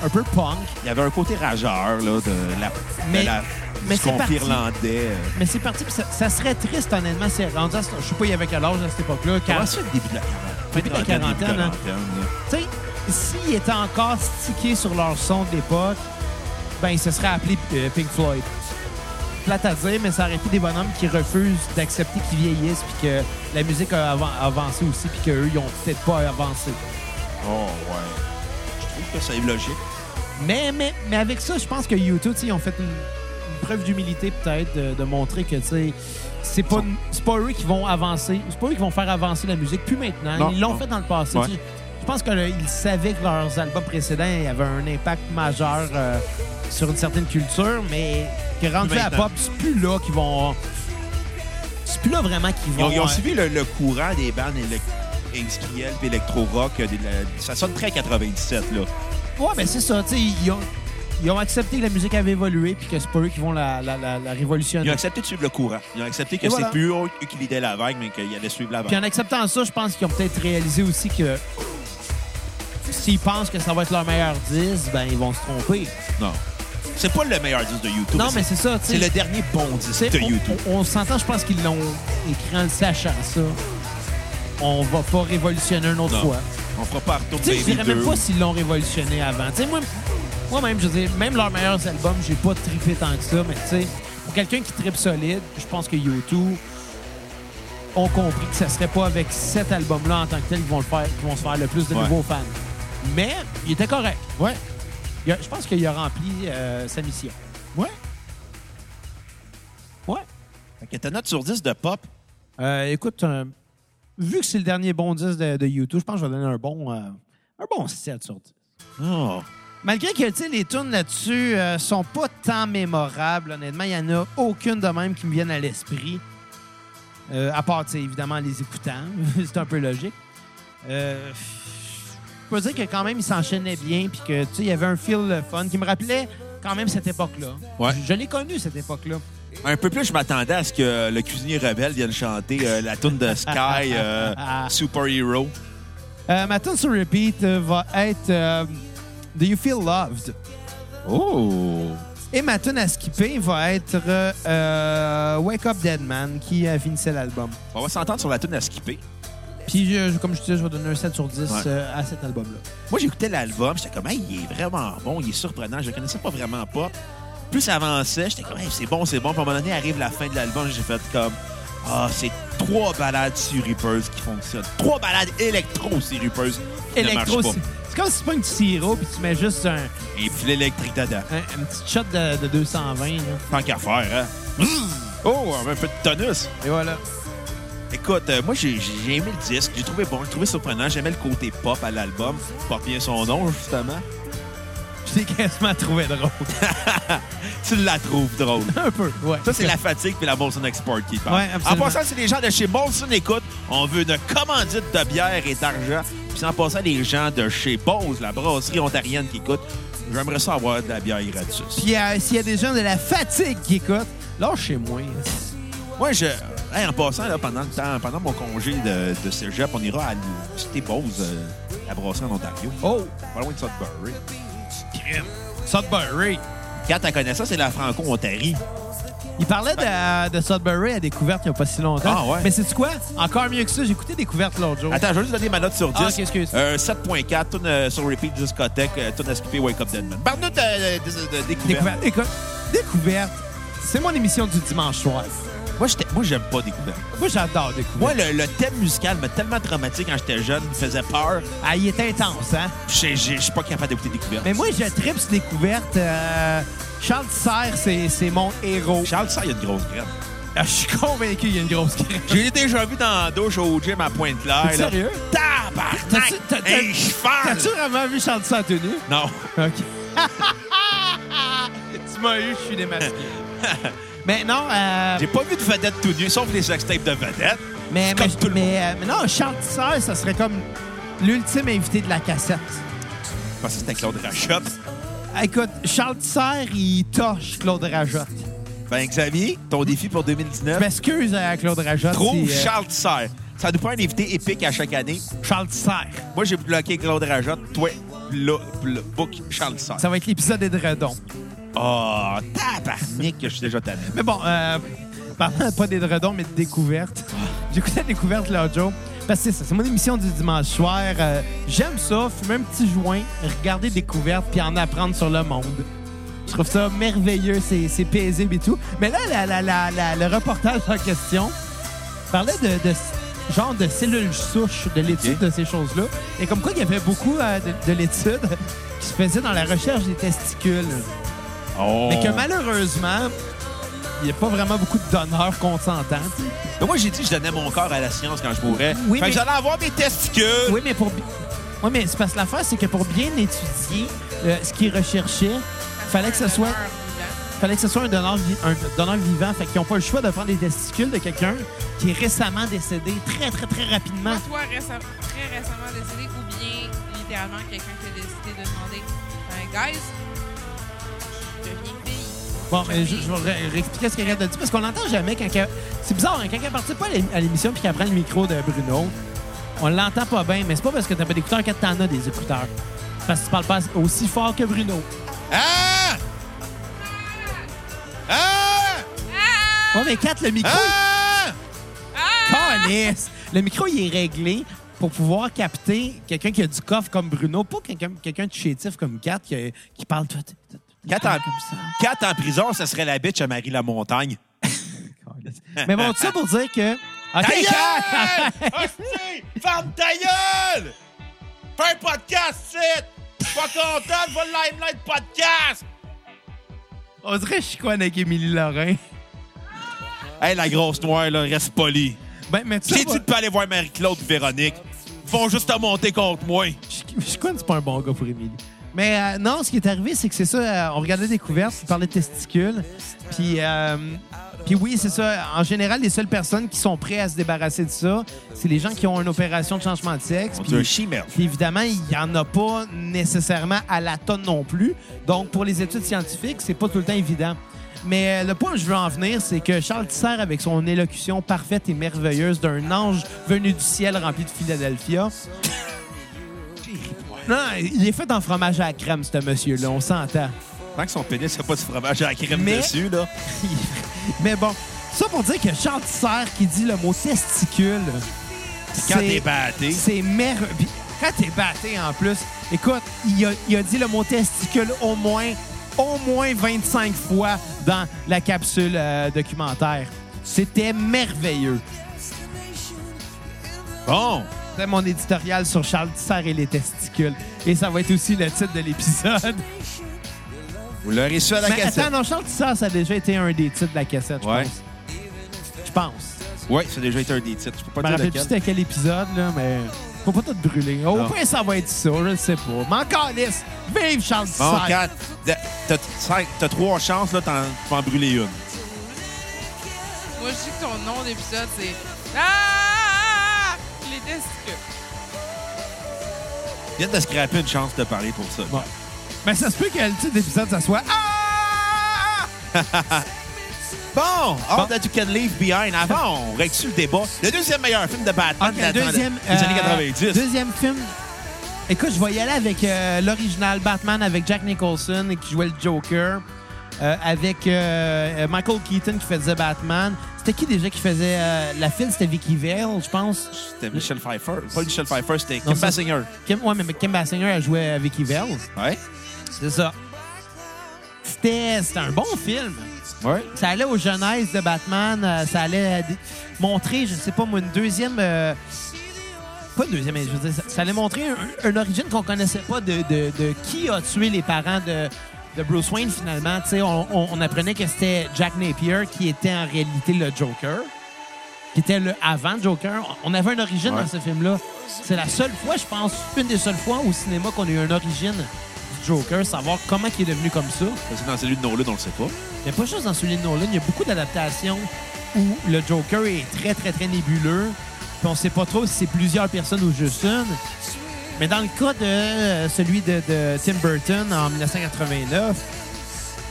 Speaker 2: un peu punk.
Speaker 1: Il y avait un côté rageur, là, de la.
Speaker 2: Mais-
Speaker 1: de la
Speaker 2: mais
Speaker 1: du
Speaker 2: c'est
Speaker 1: confit
Speaker 2: parti.
Speaker 1: irlandais. euh.
Speaker 2: Mais c'est parti, puis ça, ça serait triste, honnêtement, c'est rendu à ce- Je sais pas, il y avait quel âge à cette époque-là.
Speaker 1: Comment
Speaker 2: Quand,
Speaker 1: ça, le début de la quarantaine?
Speaker 2: Début de la
Speaker 1: Trentaine, début de
Speaker 2: quarantaine, hein.
Speaker 1: quarantaine, là.
Speaker 2: tu sais, s'ils étaient encore stickés sur leur son de l'époque, ben, ils se seraient appelés euh, Pink Floyd. plate à dire, mais ça aurait été des bonhommes qui refusent d'accepter qu'ils vieillissent, puis que la musique a avan- avancé aussi, puis qu'eux, ils ont peut-être pas avancé.
Speaker 1: Oh, ouais. Je trouve que ça est logique.
Speaker 2: Mais, mais, mais avec ça, je pense que YouTube, ils ont fait une, une preuve d'humilité, peut-être, de, de montrer que, tu sais, c'est pas, c'est pas eux qui vont avancer, c'est pas eux qui vont faire avancer la musique, plus maintenant.
Speaker 1: Non,
Speaker 2: ils l'ont
Speaker 1: non.
Speaker 2: fait dans le passé.
Speaker 1: Ouais.
Speaker 2: Tu sais, Je pense qu'ils savaient que leurs albums précédents avaient un impact majeur euh, sur une certaine culture, mais que rendu à la
Speaker 1: maintenant.
Speaker 2: pop, c'est plus là qu'ils vont. C'est plus là vraiment qu'ils
Speaker 1: Ils
Speaker 2: vont.
Speaker 1: ont, ils ont
Speaker 2: euh,
Speaker 1: suivi le, le courant des bandes élec- industrielles puis électro-rock. euh, des- la- Ça sonne très 97, là.
Speaker 2: Ouais, mais c'est ça, tu sais, ils ont, ils ont accepté que la musique avait évolué, puis que c'est pas eux qui vont la, la, la, la révolutionner.
Speaker 1: Ils ont accepté de suivre le courant. Ils ont accepté que
Speaker 2: Et
Speaker 1: c'est
Speaker 2: voilà.
Speaker 1: plus eux qui lidaient la vague, mais qu'ils allaient suivre la
Speaker 2: Puis
Speaker 1: vague.
Speaker 2: en acceptant ça, je pense qu'ils ont peut-être réalisé aussi que s'ils pensent que ça va être leur meilleur 10, ben ils vont se tromper.
Speaker 1: Non. C'est pas le meilleur disque de YouTube.
Speaker 2: non, mais c'est ça, tu
Speaker 1: c'est
Speaker 2: sais.
Speaker 1: le dernier bon disque de
Speaker 2: tu sais,
Speaker 1: YouTube.
Speaker 2: on, on- on s'entend, je pense qu'ils l'ont écrit en le sachant, ça. On va pas révolutionner une autre
Speaker 1: Non.
Speaker 2: fois.
Speaker 1: On fera pas Arthur
Speaker 2: Tu sais, je
Speaker 1: Baby
Speaker 2: dirais
Speaker 1: 2.
Speaker 2: même pas s'ils l'ont révolutionné avant. Tu sais, moi, moi-même, je veux dire, même leurs meilleurs albums, j'ai pas trippé tant que ça, mais tu sais, pour quelqu'un qui trippe solide, je pense que U2 ont compris que ça serait pas avec cet album-là en tant que tel qu'ils vont, le faire- qu'ils vont se faire le plus de
Speaker 1: Ouais.
Speaker 2: nouveaux fans. Mais il était correct. Ouais. Il a- Je pense qu'il a rempli euh, sa mission.
Speaker 1: Ouais.
Speaker 2: Ouais.
Speaker 1: Fait que ta note sur 10 de pop,
Speaker 2: Euh, écoute, euh, vu que c'est le dernier bon 10 de, de U2, je pense que je vais donner un bon, euh, un bon 7 sur 10.
Speaker 1: oh,
Speaker 2: Malgré que tu sais, les tunes là-dessus euh, sont pas tant mémorables, honnêtement, il y en a aucune de même qui me viennent à l'esprit. Euh, à part, tu sais, évidemment, les écoutants. C'est un peu logique. Euh, je peux dire que quand même, ils s'enchaînaient bien, puis que, tu sais, il y avait un feel euh, fun qui me rappelait quand même cette époque-là.
Speaker 1: Ouais.
Speaker 2: Je, je l'ai connu, cette époque-là.
Speaker 1: Un peu plus, je m'attendais à ce que le cuisinier rebelle vienne chanter euh, la tune de Sky, euh, Super Hero.
Speaker 2: Euh, ma tune sur repeat euh, va être euh, Do You Feel Loved?
Speaker 1: Oh!
Speaker 2: Et ma tune à skipper va être euh, euh, Wake Up Dead Man, qui euh, finissait l'album.
Speaker 1: On va s'entendre sur la tune à skipper.
Speaker 2: Puis, euh, je- comme je disais, je vais donner un 7 sur 10
Speaker 1: Ouais.
Speaker 2: euh, à cet album-là.
Speaker 1: Moi, j'écoutais l'album, j'étais comme, hey, il est vraiment bon, il est surprenant, je le connaissais pas vraiment pas. Plus ça avançait, j'étais comme, hey, c'est bon, c'est bon. Puis à un moment donné, arrive la fin de l'album, j'ai fait comme, ah, c'est trois balades sur Reapers qui fonctionnent. Trois balades électro sur Reapers qui ne marchent pas.
Speaker 2: c'est c'est comme si tu prends du sirop puis tu mets juste un,
Speaker 1: Et puis l'électrique dedans.
Speaker 2: un, un petit shot de, de 220. là.
Speaker 1: Tant qu'à faire, hein. Oh, un peu de tonus.
Speaker 2: Et voilà.
Speaker 1: Écoute, euh, moi, j'ai j'ai- j'ai aimé le disque. J'ai trouvé bon, j'ai trouvé surprenant. J'aimais le côté pop à l'album. Porte bien son nom, justement.
Speaker 2: Je l'ai quasiment trouvé drôle.
Speaker 1: Tu la trouves drôle.
Speaker 2: un peu, ouais.
Speaker 1: Ça, c'est la fatigue puis la Molson Export qui parle.
Speaker 2: Ouais,
Speaker 1: en
Speaker 2: absolument.
Speaker 1: passant, si les gens de chez Molson écoutent, on veut une commandite de bière et d'argent. Puis en passant, les gens de chez Bose, la brasserie ontarienne qui écoute, j'aimerais ça avoir de la bière gratuite.
Speaker 2: Puis, euh, s'il y a des gens de la fatigue qui écoutent, lâchez-moi.
Speaker 1: Moi, je. hey, en passant, là, pendant le temps, pendant mon congé de, de cégep, on ira à l'université Bose, euh, la brasserie en Ontario.
Speaker 2: Oh,
Speaker 1: Pas loin de Sudbury.
Speaker 2: Sudbury.
Speaker 1: Quand t'as connais ça, c'est la Franco-Ontarie.
Speaker 2: Il parlait de, de Sudbury à Découverte il n'y a pas si longtemps.
Speaker 1: Ah, ouais.
Speaker 2: Mais c'est quoi? Encore mieux que ça, j'ai écouté Découverte l'autre jour.
Speaker 1: Attends, je vais juste donner ma note sur 10.
Speaker 2: Ah, ok, excuse.
Speaker 1: Euh, 7.4, tourne euh, sur repeat discothèque, euh, tourne à skipper Wake Up Deadman. Parle-nous de, de- de- de euh, découverte.
Speaker 2: Découverte. Écoute, Découverte, c'est mon émission du dimanche soir.
Speaker 1: Moi, j'étais- moi, j'aime pas découverte.
Speaker 2: Moi, j'adore Découverte.
Speaker 1: Moi, le, le thème musical m'a tellement traumatisé quand j'étais jeune, il me faisait peur.
Speaker 2: Ah, il est intense, hein?
Speaker 1: J'ai- j'ai- Je suis pas capable d'écouter découverte.
Speaker 2: Mais moi, je tripe sur découverte. euh, Charles Serre, c'est, c'est mon héros.
Speaker 1: Charles, ça, il y a une grosse graine.
Speaker 2: Ah, Je suis convaincu qu'il y a une grosse crème.
Speaker 1: J'ai déjà vu dans la douche au gym à Pointe-Claire.
Speaker 2: T'es
Speaker 1: là.
Speaker 2: sérieux?
Speaker 1: Tabarnak!
Speaker 2: T'as-tu- t'as- t'as-
Speaker 1: Un cheval!
Speaker 2: T'as-tu vraiment vu Charles Serre tenu?
Speaker 1: Non.
Speaker 2: OK. tu m'as eu, je suis démasqué. mais non, euh,
Speaker 1: J'ai pas vu de vedette tout nu, sauf les sextapes de vedette.
Speaker 2: mais,
Speaker 1: comme
Speaker 2: mais-
Speaker 1: tout le
Speaker 2: mais, euh, mais non, Charles Serre, ça serait comme l'ultime invité de la cassette.
Speaker 1: Parce que c'était Claude Rachotte.
Speaker 2: Ah, Écoute, Charles Serre, il toche Claude Rajotte.
Speaker 1: Ben, Xavier, ton défi pour
Speaker 2: Je
Speaker 1: 2019,
Speaker 2: m'excuse à Claude Rajotte.
Speaker 1: trouve
Speaker 2: si, euh,
Speaker 1: Charles Serre. Ça nous prend un invité épique à chaque année.
Speaker 2: Charles Serre.
Speaker 1: Moi, j'ai bloqué Claude Rajotte. Toi, là, là, book Charles Serre.
Speaker 2: Ça va être l'épisode des Dredons.
Speaker 1: Oh, tabarnak que je suis déjà tanné.
Speaker 2: Mais bon, euh, parlant pas des dredons, mais de découvertes. J'écoutais Découverte l'autre jour. Parce que c'est ça, c'est mon émission du dimanche soir. Euh, J'aime ça, fumer un petit joint, regarder Découverte, puis en apprendre sur le monde. Je trouve ça merveilleux, c'est c'est paisible et tout. Mais là, la- la- la- la- le reportage en question parlait de, de s- genre de cellules souches, de l'étude
Speaker 1: Ok.
Speaker 2: de ces choses-là. Et comme quoi, il y avait beaucoup euh, de, de l'étude qui se faisait dans la recherche des testicules.
Speaker 1: Oh.
Speaker 2: Mais que malheureusement, il n'y a pas vraiment beaucoup de donneurs consentants. tu sais.
Speaker 1: Mais moi, j'ai dit que je donnais mon corps à la science quand je mourrais.
Speaker 2: Oui,
Speaker 1: fait
Speaker 2: mais-
Speaker 1: que j'allais avoir des testicules.
Speaker 2: Oui, mais pour. bi- Oui, mais c'est parce que l'affaire, c'est que pour bien étudier euh, ce qu'ils recherchaient, fallait que ce soit- fallait que ce soit un donneur, vi- un donneur vivant. Fait qu'ils n'ont pas le choix de prendre les testicules de quelqu'un qui est récemment décédé très, très, très rapidement.
Speaker 3: Soit toi récem- très récemment décédé ou bien littéralement quelqu'un qui a décidé de demander euh, Guys, je deviens une fille.
Speaker 2: Bon, euh, je, je vais ré- réexpliquer ce qu'elle a dit parce qu'on l'entend jamais quand elle- C'est bizarre, hein, quand elle participe pas à l'é- à l'émission puis qu'elle prend le micro de Bruno, on l'entend pas bien, mais c'est pas parce que t'as pas d'écouteurs que t'en as des écouteurs. Parce que tu parles pas aussi fort que Bruno.
Speaker 1: Ah! Ah!
Speaker 2: Ouais, mais Kat, le micro,
Speaker 1: Ah!
Speaker 2: Calisse! Le micro, il est réglé pour pouvoir capter quelqu'un qui a du coffre comme Bruno, pas quelqu'un quelqu'un de chétif comme Kat qui, qui parle tout, tout- tout- tout-
Speaker 1: Kat en-
Speaker 2: comme ça.
Speaker 1: Quatre en prison, ça serait la bitch à Marie la Montagne.
Speaker 2: Calisse. Mais bon, tout ça pour dire que... OK,
Speaker 1: Ta
Speaker 2: Kat!
Speaker 1: gueule! Hostie! Ferme ta gueule! Fais un podcast, c'est! Pas content de voir le Limelight Podcast!
Speaker 2: On dirait que je suis quoi avec Émilie Lorrain.
Speaker 1: Hey, la grosse noire, là, reste polie.
Speaker 2: Ben, mais tu
Speaker 1: Si
Speaker 2: sais,
Speaker 1: tu ne peux aller voir Marie-Claude et Véronique, ils vont juste te monter contre moi.
Speaker 2: Je suis c'est pas un bon gars pour Émilie. Mais euh, non, ce qui est arrivé, c'est que c'est ça, euh, on regardait Découverte, on parlait de testicules. Puis, euh, puis oui, c'est ça. En général, les seules personnes qui sont prêtes à se débarrasser de ça, c'est les gens qui ont une opération de changement de sexe.
Speaker 1: On
Speaker 2: Puis-
Speaker 1: dit un chimère.
Speaker 2: puis évidemment, il n'y en a pas nécessairement à la tonne non plus. Donc, pour les études scientifiques, c'est pas tout le temps évident. Mais euh, le point où je veux en venir, c'est que Charles Tisser, avec son élocution parfaite et merveilleuse d'un ange venu du ciel rempli de Philadelphia, non, il est fait en fromage à la crème, ce monsieur-là, on s'entend.
Speaker 1: Tant que son pénis n'a pas du fromage à la crème
Speaker 2: Mais-
Speaker 1: dessus, là.
Speaker 2: Mais bon, ça pour dire que Charles Tisser qui dit le mot testicule,
Speaker 1: Quand
Speaker 2: c'est-
Speaker 1: t'es batté,
Speaker 2: C'est merveilleux. Puis Quand t'es batté, en plus, écoute, il a, il a dit le mot testicule au moins, au moins 25 fois dans la capsule euh, documentaire. C'était merveilleux.
Speaker 1: bon,
Speaker 2: C'était mon éditorial sur Charles Tissard et les testicules. Et ça va être aussi le titre de l'épisode.
Speaker 1: vous l'aurez su à la
Speaker 2: Mais
Speaker 1: cassette.
Speaker 2: attends, non, Charles Tissard, ça a déjà été un des titres de la cassette, je
Speaker 1: Ouais.
Speaker 2: pense. Je pense.
Speaker 1: Oui, ça a déjà été un des titres. Je peux
Speaker 2: Je
Speaker 1: pas
Speaker 2: me
Speaker 1: dire
Speaker 2: rappelle plus
Speaker 1: lequel.
Speaker 2: c'était quel épisode, là, mais faut pas tout brûler. Au
Speaker 1: Non.
Speaker 2: point, ça va être ça, je le sais pas. Mais encore lisse, vive Charles
Speaker 1: Bon,
Speaker 2: Tissard!
Speaker 1: Kat, t'as- t'as cinq- t'as trois chances, là, t'en- tu vas en brûler une.
Speaker 3: Moi, je sais que ton nom d'épisode, c'est Ah! Les testicules.
Speaker 1: Viens de scraper une chance de parler pour ça.
Speaker 2: Bon. Mais Ben, ça se peut que le titre d'épisode, ça soit Ah!
Speaker 1: Bon, All
Speaker 2: Bon.
Speaker 1: That You Can Leave Behind. Avant, on règle le débat. Le deuxième meilleur film de Batman
Speaker 2: Ok,
Speaker 1: datant de-
Speaker 2: deuxième.
Speaker 1: des
Speaker 2: euh,
Speaker 1: Ah, années 90.
Speaker 2: Deuxième film. Écoute, je vais y aller avec euh, l'original Batman avec Jack Nicholson et qui jouait le Joker. euh, avec euh, euh, Michael Keaton qui faisait Batman. C'était qui déjà qui faisait euh, la file? C'était Vicky Vale, je pense.
Speaker 1: C'était Michelle Pfeiffer. Pas Michelle Pfeiffer, c'était
Speaker 2: Non,
Speaker 1: Kim
Speaker 2: ça-
Speaker 1: Basinger.
Speaker 2: Kim, ouais, mais Kim Basinger, elle jouait euh, Vicky Vale.
Speaker 1: Ouais.
Speaker 2: C'est ça. C'était c'était un bon film.
Speaker 1: Ouais.
Speaker 2: Ça allait aux jeunesses de Batman. euh, ça allait euh, dé- montrer, je sais pas moi, une deuxième... euh, pas une deuxième, mais je veux dire, ça, ça allait montrer un- une origine qu'on connaissait pas de, de- de qui a tué les parents de, de Bruce Wayne, finalement. Tu sais, on, on- on apprenait que c'était Jack Napier qui était en réalité le Joker, qui était le avant Joker. On avait une origine
Speaker 1: Ouais.
Speaker 2: dans ce film-là. C'est la seule fois, je pense, une des seules fois au cinéma qu'on a eu une origine du Joker, savoir comment il est devenu comme ça.
Speaker 1: Parce que dans celui de Nolan, on le sait pas.
Speaker 2: Il n'y a pas juste dans celui de Nolan. Il y a beaucoup d'adaptations où le Joker est très, très, très nébuleux. Puis on ne sait pas trop si c'est plusieurs personnes ou juste une. Mais dans le cas de euh, celui de, de Tim Burton en 1989,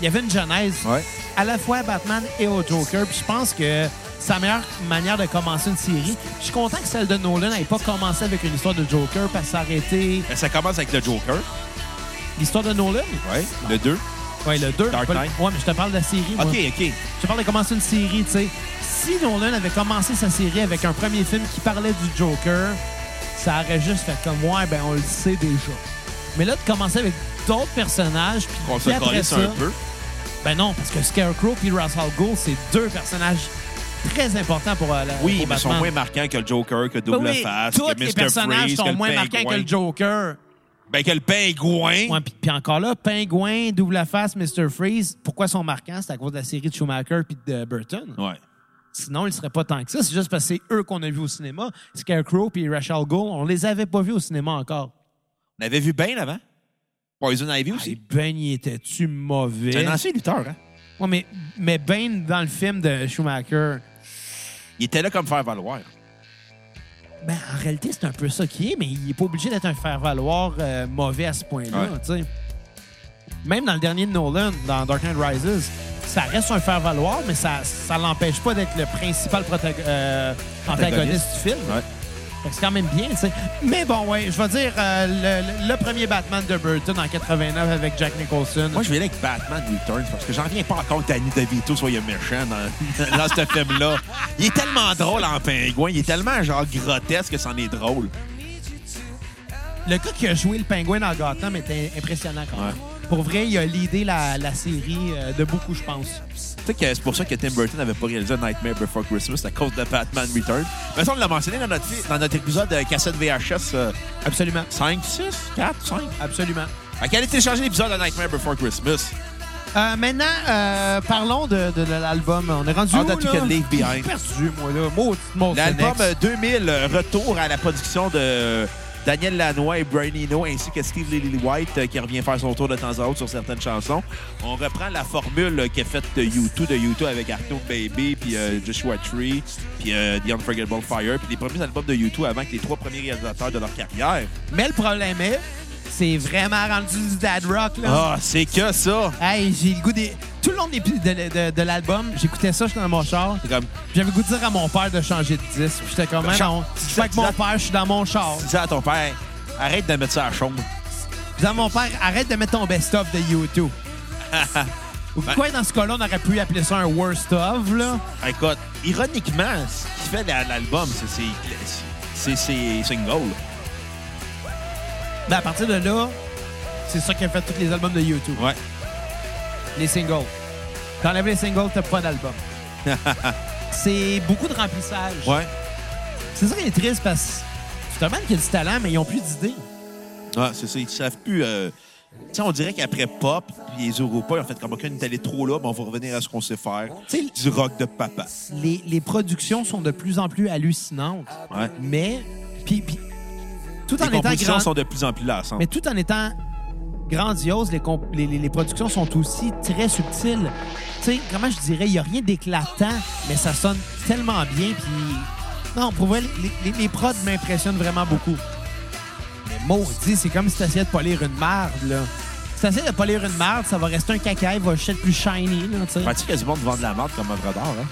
Speaker 2: il y avait une genèse
Speaker 1: Ouais.
Speaker 2: à la fois à Batman et au Joker. Puis je pense que c'est la meilleure manière de commencer une série. Je suis content que celle de Nolan n'ait pas commencé avec une histoire de Joker parce que ça aurait été
Speaker 1: Ça commence avec le Joker.
Speaker 2: l'histoire de Nolan.
Speaker 1: Ouais. Le 2.
Speaker 2: Oui, le 2.
Speaker 1: Dark Knight.
Speaker 2: Ouais, mais je te parle de la série. moi.
Speaker 1: OK, OK.
Speaker 2: Je te parle de commencer une série, tu sais. Si Nolan avait commencé sa série avec un premier film qui parlait du Joker, ça aurait juste fait comme, ouais, ben on le sait déjà. Mais là, de commencer avec d'autres personnages. puis
Speaker 1: Qu'on se
Speaker 2: puis après
Speaker 1: calisse
Speaker 2: ça,
Speaker 1: un peu.
Speaker 2: Ben non, parce que Scarecrow et Ra's al Ghul, c'est deux personnages très importants pour euh, la
Speaker 1: Oui, mais
Speaker 2: pour
Speaker 1: ils sont
Speaker 2: Batman.
Speaker 1: moins marquants que le Joker, que Double
Speaker 2: Ben oui,
Speaker 1: Face,
Speaker 2: tous
Speaker 1: que Mr.
Speaker 2: les personnages
Speaker 1: Freeze, que
Speaker 2: sont
Speaker 1: le
Speaker 2: moins marquants que
Speaker 1: Pingouin.
Speaker 2: le Joker.
Speaker 1: Ben, que le pingouin.
Speaker 2: Ouais, puis, puis encore là, Pingouin, Double Face, Mr. Freeze, pourquoi sont marquants? C'est à cause de la série de Schumacher puis de Burton.
Speaker 1: Ouais.
Speaker 2: Sinon, ils ne seraient pas tant que ça. C'est juste parce que c'est eux qu'on a vus au cinéma. Scarecrow puis Ra's al Ghul, on les avait pas vus au cinéma encore.
Speaker 1: On avait vu Ben avant. Poison Ivy
Speaker 2: Et
Speaker 1: aussi.
Speaker 2: Ben, il était-tu mauvais?
Speaker 1: C'est un ancien lutteur, hein?
Speaker 2: Ouais, mais, mais Ben, dans le film de Schumacher,
Speaker 1: Il était là comme faire valoir.
Speaker 2: ben, en réalité, c'est un peu ça qui est, mais il n'est pas obligé d'être un faire-valoir euh, mauvais à ce point-là.
Speaker 1: Ouais.
Speaker 2: tu sais. Même dans le dernier de Nolan, dans Dark Knight Rises, ça reste un faire-valoir, mais ça ne l'empêche pas d'être le principal protago- euh, antagoniste du film.
Speaker 1: Ouais.
Speaker 2: Fait que C'est quand même bien, tu sais. Mais bon, ouais, je vais dire euh, le, le premier Batman de Burton en 89 avec Jack Nicholson.
Speaker 1: Moi, je vais aller avec Batman Returns parce que j'en viens pas encore que Danny DeVito soit méchant dans, dans ce film-là. Il est tellement drôle en pingouin. Il est tellement, genre, grotesque que c'en est drôle.
Speaker 2: Le gars qui a joué le pingouin dans Gotham était impressionnant quand même. Pour vrai, il a l'idée la, la série euh, de beaucoup, je pense.
Speaker 1: Tu sais que c'est pour ça que Tim Burton n'avait pas réalisé Nightmare Before Christmas à cause de Batman Returns. Mais ça, on l'a mentionné dans notre, dans notre épisode de cassette VHS euh,
Speaker 2: Absolument.
Speaker 1: 5, 6, 4, 5.
Speaker 2: Absolument.
Speaker 1: Fait qu'elle a téléchargé l'épisode de Nightmare Before Christmas.
Speaker 2: Euh, maintenant, euh, parlons de, de- de l'album. On est rendu
Speaker 1: All
Speaker 2: où,
Speaker 1: That You
Speaker 2: là?
Speaker 1: Can Leave Behind.
Speaker 2: perdu, moi, là. Maudit monstre
Speaker 1: L'album
Speaker 2: Next.
Speaker 1: euh, 2000, euh, retour à la production de Daniel Lanois et Brian Eno, ainsi que Steve Lily White, euh, qui revient faire son tour de temps à autre sur certaines chansons. On reprend la formule euh, qu'a faite euh, U2 de U2 avec Arno Baby, puis euh, Joshua Tree, puis euh, The Unforgettable Fire, puis les premiers albums de U2 avant que les trois premiers réalisateurs de leur carrière.
Speaker 2: Mais le problème est, c'est vraiment rendu du dad rock, là.
Speaker 1: Ah, c'est que ça!
Speaker 2: Hey, j'ai le goût des... Tout le long de, l'épi- de- de- de l'album, j'écoutais ça, j'étais dans mon char.
Speaker 1: C'est comme,
Speaker 2: J'avais le goût de dire à mon père de changer de disque. Puis J'étais comme,
Speaker 1: Ben,
Speaker 2: Ah,
Speaker 1: chan-
Speaker 2: non, je suis avec mon père, je suis dans mon char.
Speaker 1: tu disais à ton père, arrête de mettre ça à la chambre.
Speaker 2: Je disais à mon père, arrête de mettre ton best-of de YouTube. Ou quoi, dans ce cas-là, on aurait pu appeler ça un worst-of, là.
Speaker 1: Écoute, ironiquement, ce qui fait la- l'album, c'est- c'est- c'est c'est single.
Speaker 2: Ben, à partir de là, c'est ça qui a fait tous les albums de YouTube.
Speaker 1: Ouais.
Speaker 2: Les singles. T'enlèves les singles, t'as pas d'album. c'est beaucoup de remplissage.
Speaker 1: Ouais.
Speaker 2: C'est ça qui est triste parce que tu te demandes qu'il y a du talent, mais ils ont plus d'idées.
Speaker 1: Ah, c'est ça. Ils savent plus. euh, Tu sais, on dirait qu'après pop, puis les Europa, ils ont fait comme aucune est allé trop là, mais on va revenir à ce qu'on sait faire.
Speaker 2: Tu sais,
Speaker 1: Du rock de papa.
Speaker 2: les, les productions sont de plus en plus hallucinantes,
Speaker 1: Ouais.
Speaker 2: mais. Puis, puis- tout en
Speaker 1: Les
Speaker 2: étant
Speaker 1: compositions
Speaker 2: grand-
Speaker 1: sont de plus en plus lassantes.
Speaker 2: Mais tout en étant grandiose, les, comp- les, les- les productions sont aussi très subtiles. Tu sais, comment je dirais, il n'y a rien d'éclatant, mais ça sonne tellement bien. Puis, non, pour vrai, les, les, les prods m'impressionnent vraiment beaucoup. Mais maudit, c'est comme si tu essayais de polir une merde, là. Si tu de polir une merde, ça va rester un caca, il va juste être plus shiny, là, tu sais.
Speaker 1: Pratique que du monde vend de la merde comme œuvre d'art, hein?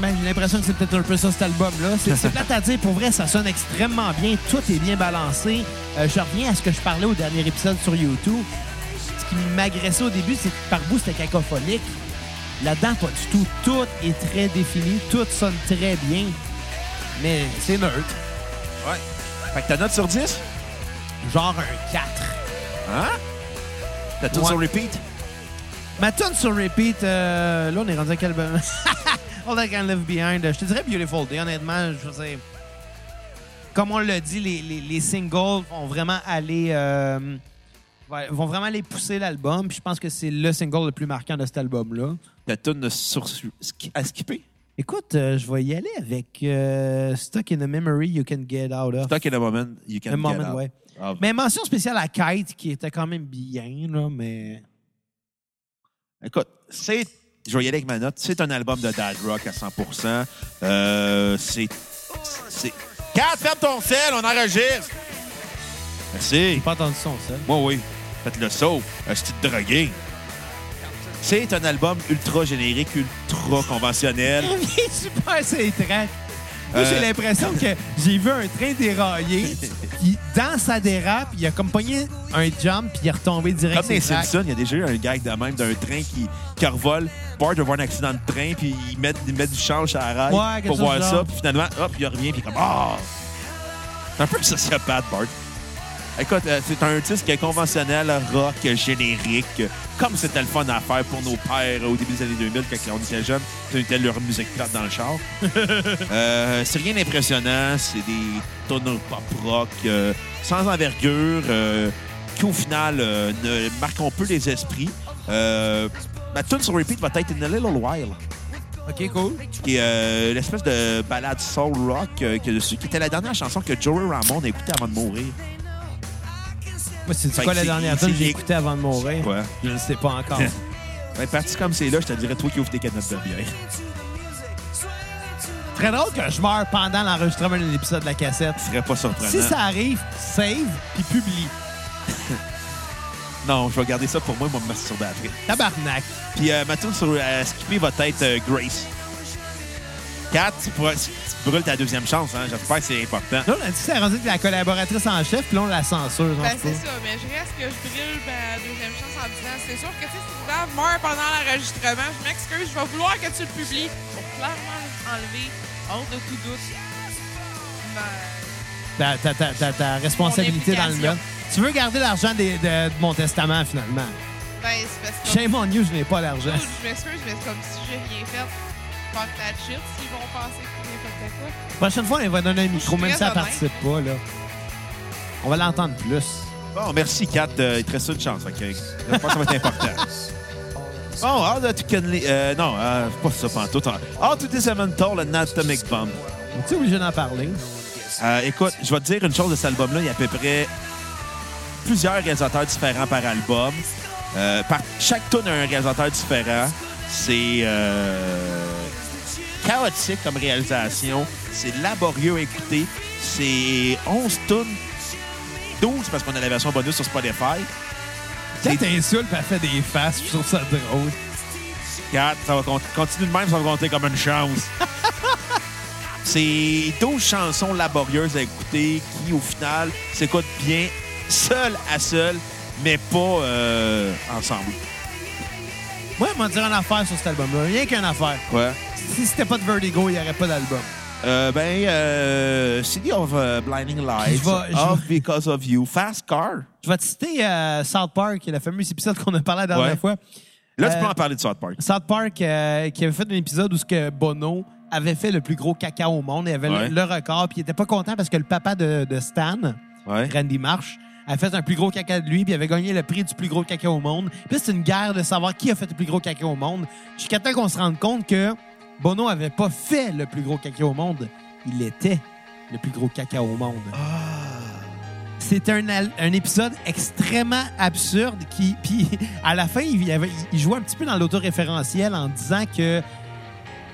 Speaker 2: Ben, J'ai l'impression que c'est peut-être un peu ça, cet album-là. C'est- C'est plate à dire. Pour vrai, ça sonne extrêmement bien. Tout est bien balancé. Euh, je reviens à ce que je parlais au dernier épisode sur YouTube. Ce qui m'agressait au début, c'est que par bout, c'était cacophonique. Là-dedans, pas du tout. Tout est très défini. Tout sonne très bien. Mais c'est neutre.
Speaker 1: Ouais. Fait que ta note sur 10?
Speaker 2: Genre un 4.
Speaker 1: Hein? T'as tout
Speaker 2: Ouais.
Speaker 1: sur repeat?
Speaker 2: Ma tune sur repeat, euh, là, on est rendu à quel album? All That Can Live Behind. Je te dirais Beautiful Day, honnêtement. Je veux dire, comme on l'a dit, les, les- les singles vont vraiment aller... euh, ouais, vont vraiment aller pousser l'album. Puis je pense que c'est le single le plus marquant de cet album-là.
Speaker 1: Ta tune sur ski- à skipper?
Speaker 2: Écoute, euh, je vais y aller avec euh, Stuck in a Memory You Can Get Out Of.
Speaker 1: Talk in a moment, you can
Speaker 2: A
Speaker 1: get
Speaker 2: moment,
Speaker 1: out.
Speaker 2: ouais.
Speaker 1: Ah,
Speaker 2: Mais mention spéciale à Kite, qui était quand même bien, là, mais...
Speaker 1: Écoute, c'est. Je vais y aller avec ma note. C'est un album de dad rock à 100 Euh, C'est. C'est. Kat, ferme ton sel, on enregistre! Merci.
Speaker 2: J'ai pas entendu son, ça.
Speaker 1: Moi, oui. Faites le saut. Euh, Un petit drogué. C'est un album ultra générique, ultra conventionnel.
Speaker 2: Il revient super sur les trains. Moi, j'ai
Speaker 1: Euh.
Speaker 2: l'impression que j'ai vu un train dérailler, puis dans sa dérape, il a comme pogné un jump, puis il est retombé direct
Speaker 1: Comme
Speaker 2: sur
Speaker 1: les
Speaker 2: le track.
Speaker 1: Simpsons, il y a déjà eu un gag de même d'un train qui, qui revole. Bart va voir un accident de train, puis il met, il met du change à la rail
Speaker 2: Ouais, quelque
Speaker 1: pour
Speaker 2: chose
Speaker 1: voir
Speaker 2: du
Speaker 1: ça.
Speaker 2: genre.
Speaker 1: Puis finalement, hop, il revient, puis comme « Ah! C'est un peu le sociopathe, Bart. Écoute, euh, c'est un disque conventionnel, rock, générique, comme c'était le fun à faire pour nos pères au début des années 2000, quand on était jeunes. C'était leur musique plate dans le char. Euh, c'est rien d'impressionnant. C'est des tonneaux pop rock euh, sans envergure euh, qui, au final, euh, ne marquent un peu les esprits. Euh, ma tune sur repeat va être In a Little While
Speaker 2: OK, cool.
Speaker 1: qui est euh, l'espèce de balade soul rock euh, qu'il y a dessus, qui était la dernière chanson que Joey Ramone a écoutée avant de mourir.
Speaker 2: Moi, c'est
Speaker 1: Fait
Speaker 2: quoi
Speaker 1: que
Speaker 2: la
Speaker 1: c'est-
Speaker 2: dernière tune que
Speaker 1: c'est-
Speaker 2: j'ai écoutée avant de mourir?
Speaker 1: Quoi?
Speaker 2: Je ne sais pas encore.
Speaker 1: Ben, parti comme c'est là, je te dirais, toi qui ouvres tes canettes de bière.
Speaker 2: Très drôle que je meure pendant l'enregistrement de l'épisode de la cassette.
Speaker 1: Ce serait pas surprenant.
Speaker 2: Si ça arrive, save puis publie.
Speaker 1: Non, je vais garder ça pour moi, moi, me masturber après.
Speaker 2: Tabarnak.
Speaker 1: Puis euh, ma tune sur euh, skipper va être euh, Grace. Kat, tu, pourras- tu brûles ta deuxième chance, hein? J'espère que c'est important.
Speaker 2: Là, on a dit que c'est rendu que la collaboratrice en chef, puis là, on la censure.
Speaker 3: Ben,
Speaker 2: genre,
Speaker 3: c'est ça, mais je reste que je brille ma deuxième chance en disant c'est sûr que tu sais, si Soudan meurt pendant l'enregistrement, je m'excuse, je vais vouloir que tu le publies pour clairement enlever, hors de tout doute, Ben, ma-
Speaker 2: ta, ta- ta- ta- ta responsabilité
Speaker 3: Mon
Speaker 2: dans le
Speaker 3: implication.
Speaker 2: monde. Tu veux garder l'argent des- de, de mon testament, finalement.
Speaker 3: ben, c'est parce que.
Speaker 2: Shame on you, je n'ai pas l'argent.
Speaker 3: Dude, Je m'excuse, mais c'est comme si j'ai rien fait. Fuck that shit, s'ils vont penser que j'ai fait de quoi.
Speaker 2: prochaine fois, on va donner un micro, même
Speaker 3: très
Speaker 2: si elle ne
Speaker 3: honnête.
Speaker 2: participe pas. là. On va l'entendre plus.
Speaker 1: Bon, merci, Kat. Euh, il te reste une chance, OK? Je pense que ça va être important. Bon, How to Kenley... Euh, non, euh, pas ça, pas en tout. How to Dismantle an Atomic Bomb.
Speaker 2: Tu es obligé d'en parler.
Speaker 1: Euh, écoute, je vais te dire une chose de cet album-là. Il y a à peu près plusieurs réalisateurs différents par album. Euh, par, chaque tune a un réalisateur différent. C'est euh, chaotique comme réalisation. C'est laborieux à écouter. C'est 11 tunes. 12 parce qu'on a la version bonus sur Spotify.
Speaker 2: Quand t'insultes, elle fait des faces, je trouve ça drôle.
Speaker 1: 4, ça va compter. Continue de même, ça va compter comme une chance. c'est 12 chansons laborieuses à écouter qui, au final, s'écoutent bien, seul à seul, mais pas euh, ensemble.
Speaker 2: Moi, elle m'a dit une affaire sur cet album-là. Rien qu'une affaire.
Speaker 1: Quoi?
Speaker 2: Si c'était pas de Vertigo, il n'y aurait pas d'album.
Speaker 1: Euh, ben, euh, City of euh, Blinding Lights,
Speaker 2: Je vais- je
Speaker 1: Off
Speaker 2: vais-
Speaker 1: Because of You, Fast Car.
Speaker 2: Je vais te citer euh, South Park, le fameux épisode qu'on a parlé la dernière
Speaker 1: Ouais.
Speaker 2: fois.
Speaker 1: Là, tu
Speaker 2: Euh,
Speaker 1: peux en parler de South Park.
Speaker 2: South Park euh, qui avait fait un épisode où ce que Bono avait fait le plus gros caca au monde. Il avait le-
Speaker 1: Ouais.
Speaker 2: le, record, puis il était pas content parce que le papa de, de Stan,
Speaker 1: Ouais.
Speaker 2: Randy Marsh, a fait un plus gros caca de lui, puis il avait gagné le prix du plus gros caca au monde. Puis c'est une guerre de savoir qui a fait le plus gros caca au monde. Jusqu'à temps qu'on se rende compte que Bono avait pas fait le plus gros caca au monde. Il était le plus gros caca au monde. C'est un, al- un épisode extrêmement absurde qui, puis à la fin, il, y avait- il jouait un petit peu dans l'autoréférentiel en disant que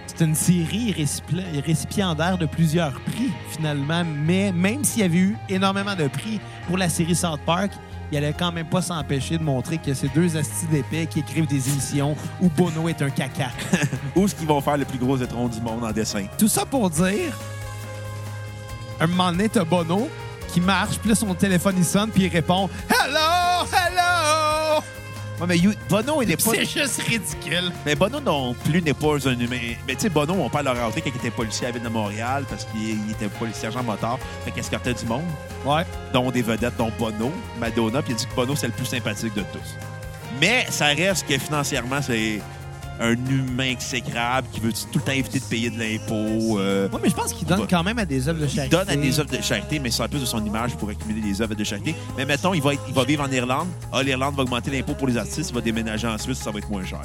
Speaker 2: c'est une série récipla- récipiendaire de plusieurs prix finalement, mais même s'il y avait eu énormément de prix pour la série South Park, il allait quand même pas s'empêcher de montrer que ces deux astis d'épais qui écrivent des émissions où Bono est un caca.
Speaker 1: Où est-ce qu'ils vont faire le plus gros étron du monde en dessin?
Speaker 2: Tout ça pour dire, un moment donné, t'as Bono qui marche, puis là, son téléphone, il sonne, puis il répond « Hello! Hello!
Speaker 1: Ouais, mais you- Bono, il » n'est pas...
Speaker 2: C'est juste ridicule.
Speaker 1: Mais Bono non plus n'est pas un humain. Mais tu sais, Bono, on parle de leur réalité quand il était policier à la ville de Montréal parce qu'il il était policier sergent motard. Fait qu'il escortait du monde,
Speaker 2: Ouais.
Speaker 1: dont des vedettes, dont Bono, Madonna. Puis il a dit que Bono, c'est le plus sympathique de tous. Mais ça reste que financièrement, c'est un humain exécrable qui veut tout le temps éviter de payer de l'impôt. euh,
Speaker 2: Ouais, mais je pense qu'il donne
Speaker 1: Ouais.
Speaker 2: quand même à des œuvres de charité.
Speaker 1: il donne à des œuvres de charité, mais c'est un peu de son image pour accumuler des œuvres de charité. Mais mettons, il va, être- il va vivre en Irlande. Ah, l'Irlande va augmenter l'impôt pour les artistes. Il va déménager en Suisse, ça va être moins cher.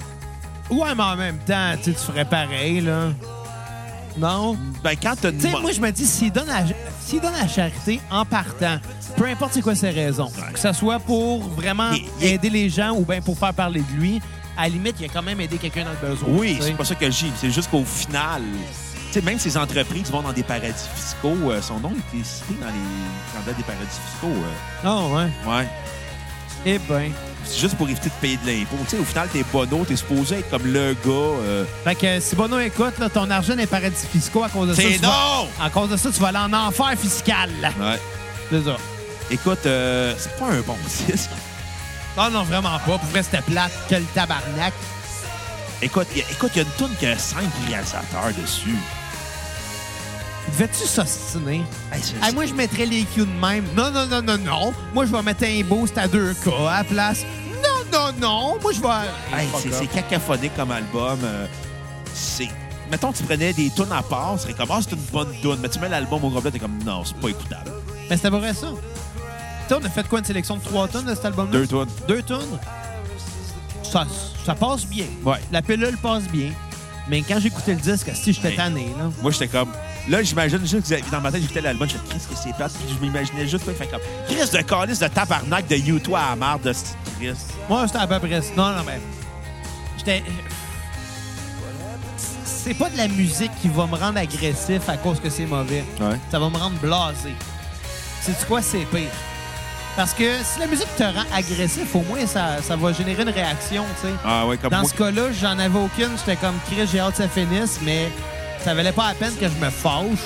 Speaker 2: Ouais, mais en même temps, tu sais, tu ferais pareil, là. Non?
Speaker 1: Ben, quand t'as une
Speaker 2: Tu sais,
Speaker 1: mo-
Speaker 2: moi, je me dis, s'il donne, à- s'il donne à la charité en partant, peu importe c'est quoi ses raisons,
Speaker 1: Ouais.
Speaker 2: que ce soit pour vraiment
Speaker 1: Il- il-
Speaker 2: aider les gens ou bien pour faire parler de lui, à la limite, il a quand même aidé quelqu'un dans le besoin.
Speaker 1: Oui,
Speaker 2: tu sais.
Speaker 1: c'est pas ça que j'ai. C'est juste qu'au final, tu sais, même ces entreprises qui vont dans des paradis fiscaux, euh, son nom était cité dans les candidats des paradis fiscaux. euh.
Speaker 2: Ah, ouais.
Speaker 1: ouais.
Speaker 2: Eh ben.
Speaker 1: C'est juste pour éviter de payer de l'impôt. Tu sais, au final, t'es bono, t'es supposé être comme le gars. euh,
Speaker 2: Fait que si Bono écoute, là, ton argent n'est paradis fiscaux à cause de ça.
Speaker 1: C'est
Speaker 2: tu vas-
Speaker 1: non!
Speaker 2: À cause de ça, tu vas aller en enfer fiscal.
Speaker 1: Ouais.
Speaker 2: C'est ça.
Speaker 1: Écoute, euh, c'est pas un bon disque.
Speaker 2: Non, non, vraiment pas. Pour vrai, c'était plate. Quel tabarnak.
Speaker 1: Écoute, il y a- écoute, il y a une toune qui a cinq réalisateurs dessus.
Speaker 2: Devais-tu s'ostiner?
Speaker 1: Hey, c'est-
Speaker 2: Ah, moi, je mettrais les Q de même. Non, non, non, non, non. Moi, je vais mettre un beau, c'est à 2K à la place. Non, non, non. Moi, je vais.
Speaker 1: Hey,
Speaker 2: Fuck
Speaker 1: c'est
Speaker 2: off.
Speaker 1: c'est cacophonique comme album. euh, c'est. Mettons, tu prenais des tunes à part, c'est comme, ah, c'est une bonne tune, mais tu mets l'album au complet, t'es comme, non, c'est pas écoutable.
Speaker 2: Mais c'était pas vrai, ça. Tu sais, on a fait quoi, une sélection de trois tonnes de cet album-là?
Speaker 1: Deux tunes.
Speaker 2: Deux tonnes? Ça, ça passe bien.
Speaker 1: Ouais.
Speaker 2: La pilule passe bien. Mais quand j'écoutais le disque, si j'étais
Speaker 1: Hey.
Speaker 2: tanné, là.
Speaker 1: Moi, j'étais comme. Là, j'imagine juste que dans ma tête, j'écoutais l'album, je fais Chris, que c'est plate, puis je m'imaginais juste, ouais, fait comme. Chris de calice de tabarnak de You, toi, à la marde de ce Chris.
Speaker 2: Moi, c'était à peu près ça. Non, non, mais. J'étais. C'est pas de la musique qui va me rendre agressif à cause que c'est mauvais.
Speaker 1: Ouais.
Speaker 2: Ça va me rendre blasé. C'est quoi, c'est pire. Parce que si la musique te rend agressif, au moins, ça, ça va générer une réaction, tu sais.
Speaker 1: Ah, ouais, comme
Speaker 2: Dans
Speaker 1: moi.
Speaker 2: ce cas-là, j'en avais aucune. J'étais comme Chris, j'ai hâte que ça finisse, mais ça valait pas la peine que je me fâche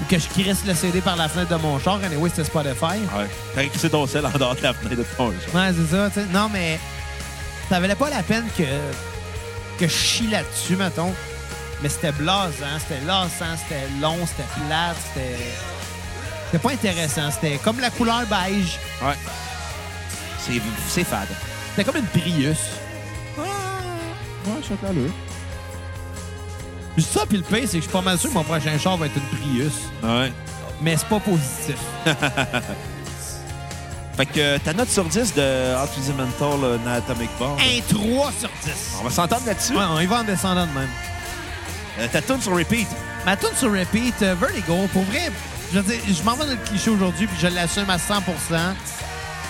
Speaker 2: ou que je crisse le CD par la fenêtre de mon char. Anyway, c'était Spotify.
Speaker 1: Ouais. T'aurais crissé ton sel en dehors de la fenêtre de ton genre.
Speaker 2: Ouais, c'est ça, tu sais. Non, mais ça valait pas la peine que, que je chie là-dessus, mettons. Mais c'était blasant, c'était lassant, c'était long, c'était plat, c'était. C'était pas intéressant. C'était comme la couleur beige.
Speaker 1: Ouais. C'est- C'est fade.
Speaker 2: C'était comme une Prius.
Speaker 1: Ouais, je suis
Speaker 2: Je dis ça, puis le pire, c'est que je suis pas mal sûr que mon prochain char va être une Prius.
Speaker 1: Ouais.
Speaker 2: Mais c'est pas positif.
Speaker 1: Fait que euh, ta note sur 10 de Hot Mental euh, dans Atomic Bomb.
Speaker 2: Un 3 sur 10.
Speaker 1: On va s'entendre là-dessus.
Speaker 2: Ouais, on y va en descendant de même.
Speaker 1: Euh, ta tune sur repeat.
Speaker 2: Ma tune sur repeat, euh, Vertigo, pour vrai, je veux dire, je m'en vais dans le cliché aujourd'hui puis je l'assume à 100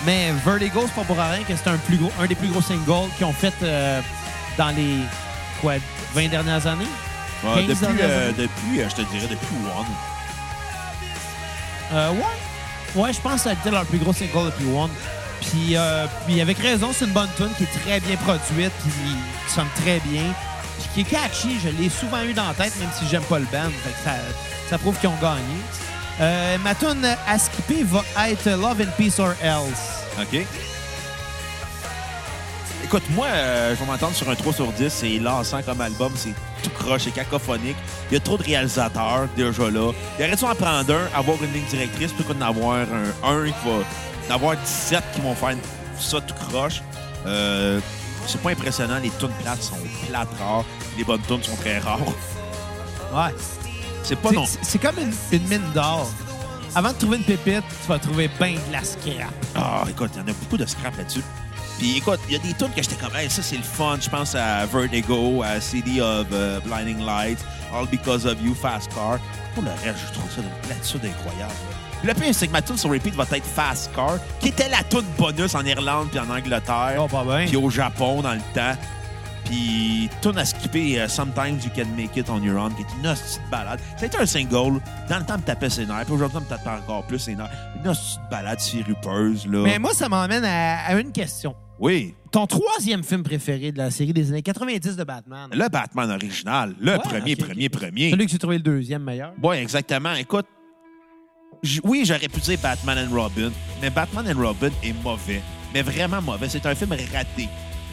Speaker 2: mais Vertigo, c'est pas pour rien que c'est un, plus gros- un des plus gros singles qu'ils ont fait euh, dans les quoi, 20 dernières années.
Speaker 1: Ouais,
Speaker 2: 15
Speaker 1: depuis,
Speaker 2: dernières
Speaker 1: euh,
Speaker 2: années.
Speaker 1: depuis euh, je te dirais, depuis One.
Speaker 2: Euh, ouais, ouais je pense que ça a été leur plus gros single depuis One. Puis, euh, puis avec raison, c'est une bonne tune qui est très bien produite, puis qui sonne très bien, puis qui est catchy. Je l'ai souvent eu dans la tête, même si j'aime pas le band. Fait que ça, ça prouve qu'ils ont gagné. Euh, ma tune à skipper va être Love and Peace or Else.
Speaker 1: OK. Écoute, moi, euh, je vais m'entendre sur un 3 sur 10. C'est lassant comme album. C'est tout croche, c'est cacophonique. Il y a trop de réalisateurs déjà là. Il aurait dû en prendre un, avoir une ligne directrice, plutôt qu'en avoir un, un qui va... en avoir 17 qui vont faire ça tout croche. Euh, c'est pas impressionnant. Les tunes plates sont plates rares. Les bonnes tunes sont très rares.
Speaker 2: Ouais.
Speaker 1: C'est pas
Speaker 2: C'est-
Speaker 1: non...
Speaker 2: c'est- C'est comme une, une mine d'or. Avant de trouver une pépite, tu vas trouver bien de la scrap.
Speaker 1: Ah, écoute, il y en a beaucoup de scrap là-dessus. Puis écoute, il y a des tunes que j'étais comme, hey, ça c'est le fun. Je pense à Vertigo, à City of euh, Blinding Light, All Because of You, Fast Car. Pour le reste, je trouve ça d'une platitude incroyable. là. Le pire, c'est que ma tune sur repeat va être Fast Car, qui était la tune bonus en Irlande puis en Angleterre,
Speaker 2: Oh, pas bien.
Speaker 1: puis au Japon dans le temps. Puis tune à skipper euh, Sometimes You Can Make It On Your Own, qui est une hostie de balade. C'était un single. Dans le temps, me tapait ses nerfs. Puis aujourd'hui, me tape encore plus ses nerfs. Une hostie de balade sirupeuse, là.
Speaker 2: Mais moi, ça m'emmène à- à une question.
Speaker 1: Oui,
Speaker 2: Ton troisième film préféré de la série des années 90 de Batman.
Speaker 1: le Batman original, le
Speaker 2: Ouais,
Speaker 1: premier,
Speaker 2: ok, ok.
Speaker 1: premier, premier.
Speaker 2: Celui que j'ai trouvé le deuxième meilleur.
Speaker 1: Oui, exactement. Écoute, j- oui, j'aurais pu dire Batman and Robin, mais Batman and Robin est mauvais, mais vraiment mauvais. C'est un film raté,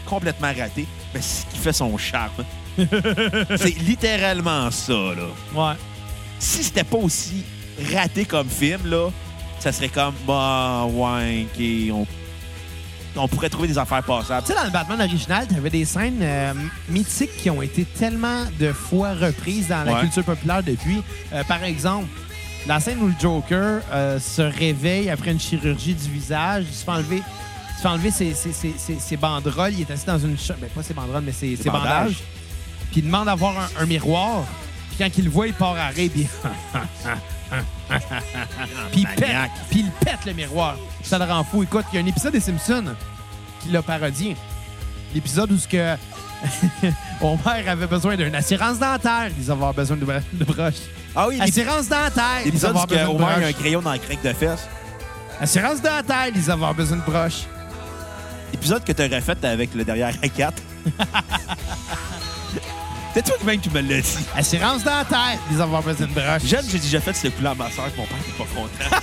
Speaker 1: complètement raté, mais c'est ce qui fait son charme. c'est littéralement ça, là.
Speaker 2: Ouais.
Speaker 1: Si c'était pas aussi raté comme film, là, ça serait comme, bah, ouais, ok, on, on pourrait trouver des affaires passables.
Speaker 2: Tu sais, dans le Batman original, t'avais des scènes euh, mythiques qui ont été tellement de fois reprises dans la
Speaker 1: Ouais.
Speaker 2: culture populaire depuis. Euh, par exemple, la scène où le Joker euh, se réveille après une chirurgie du visage, il se fait enlever, il se fait enlever ses, ses- ses- ses- ses banderoles, il est assis dans une chambre, ben, pas ses banderoles, mais ses, ses bandages.
Speaker 1: bandages.
Speaker 2: Puis il demande d'avoir un, un miroir. Puis quand il le voit, il part à rire, puis Puis il, pète,
Speaker 1: Maniaque.
Speaker 2: puis il pète le miroir. Ça le rend fou. Écoute, il y a un épisode des Simpsons qui l'a parodié. L'épisode où ce que Homer avait besoin d'une assurance dentaire. Ils avaient besoin de, bra- de broches.
Speaker 1: Ah oui, l'épisode
Speaker 2: Assurance dentaire. Ils
Speaker 1: l'épisode
Speaker 2: avaient
Speaker 1: où que
Speaker 2: besoin de
Speaker 1: Homer a un
Speaker 2: broches.
Speaker 1: crayon dans le crack de fesses.
Speaker 2: Assurance dentaire. Ils avaient besoin de broches.
Speaker 1: épisode que tu aurais fait avec le derrière à 4. C'est toi qui même qui me l'as dit.
Speaker 2: Assurance dentaire. Ils avaient besoin de broches.
Speaker 1: Jeune, j'ai déjà fait ce coup-là à ma soeur, mon père n'est pas content.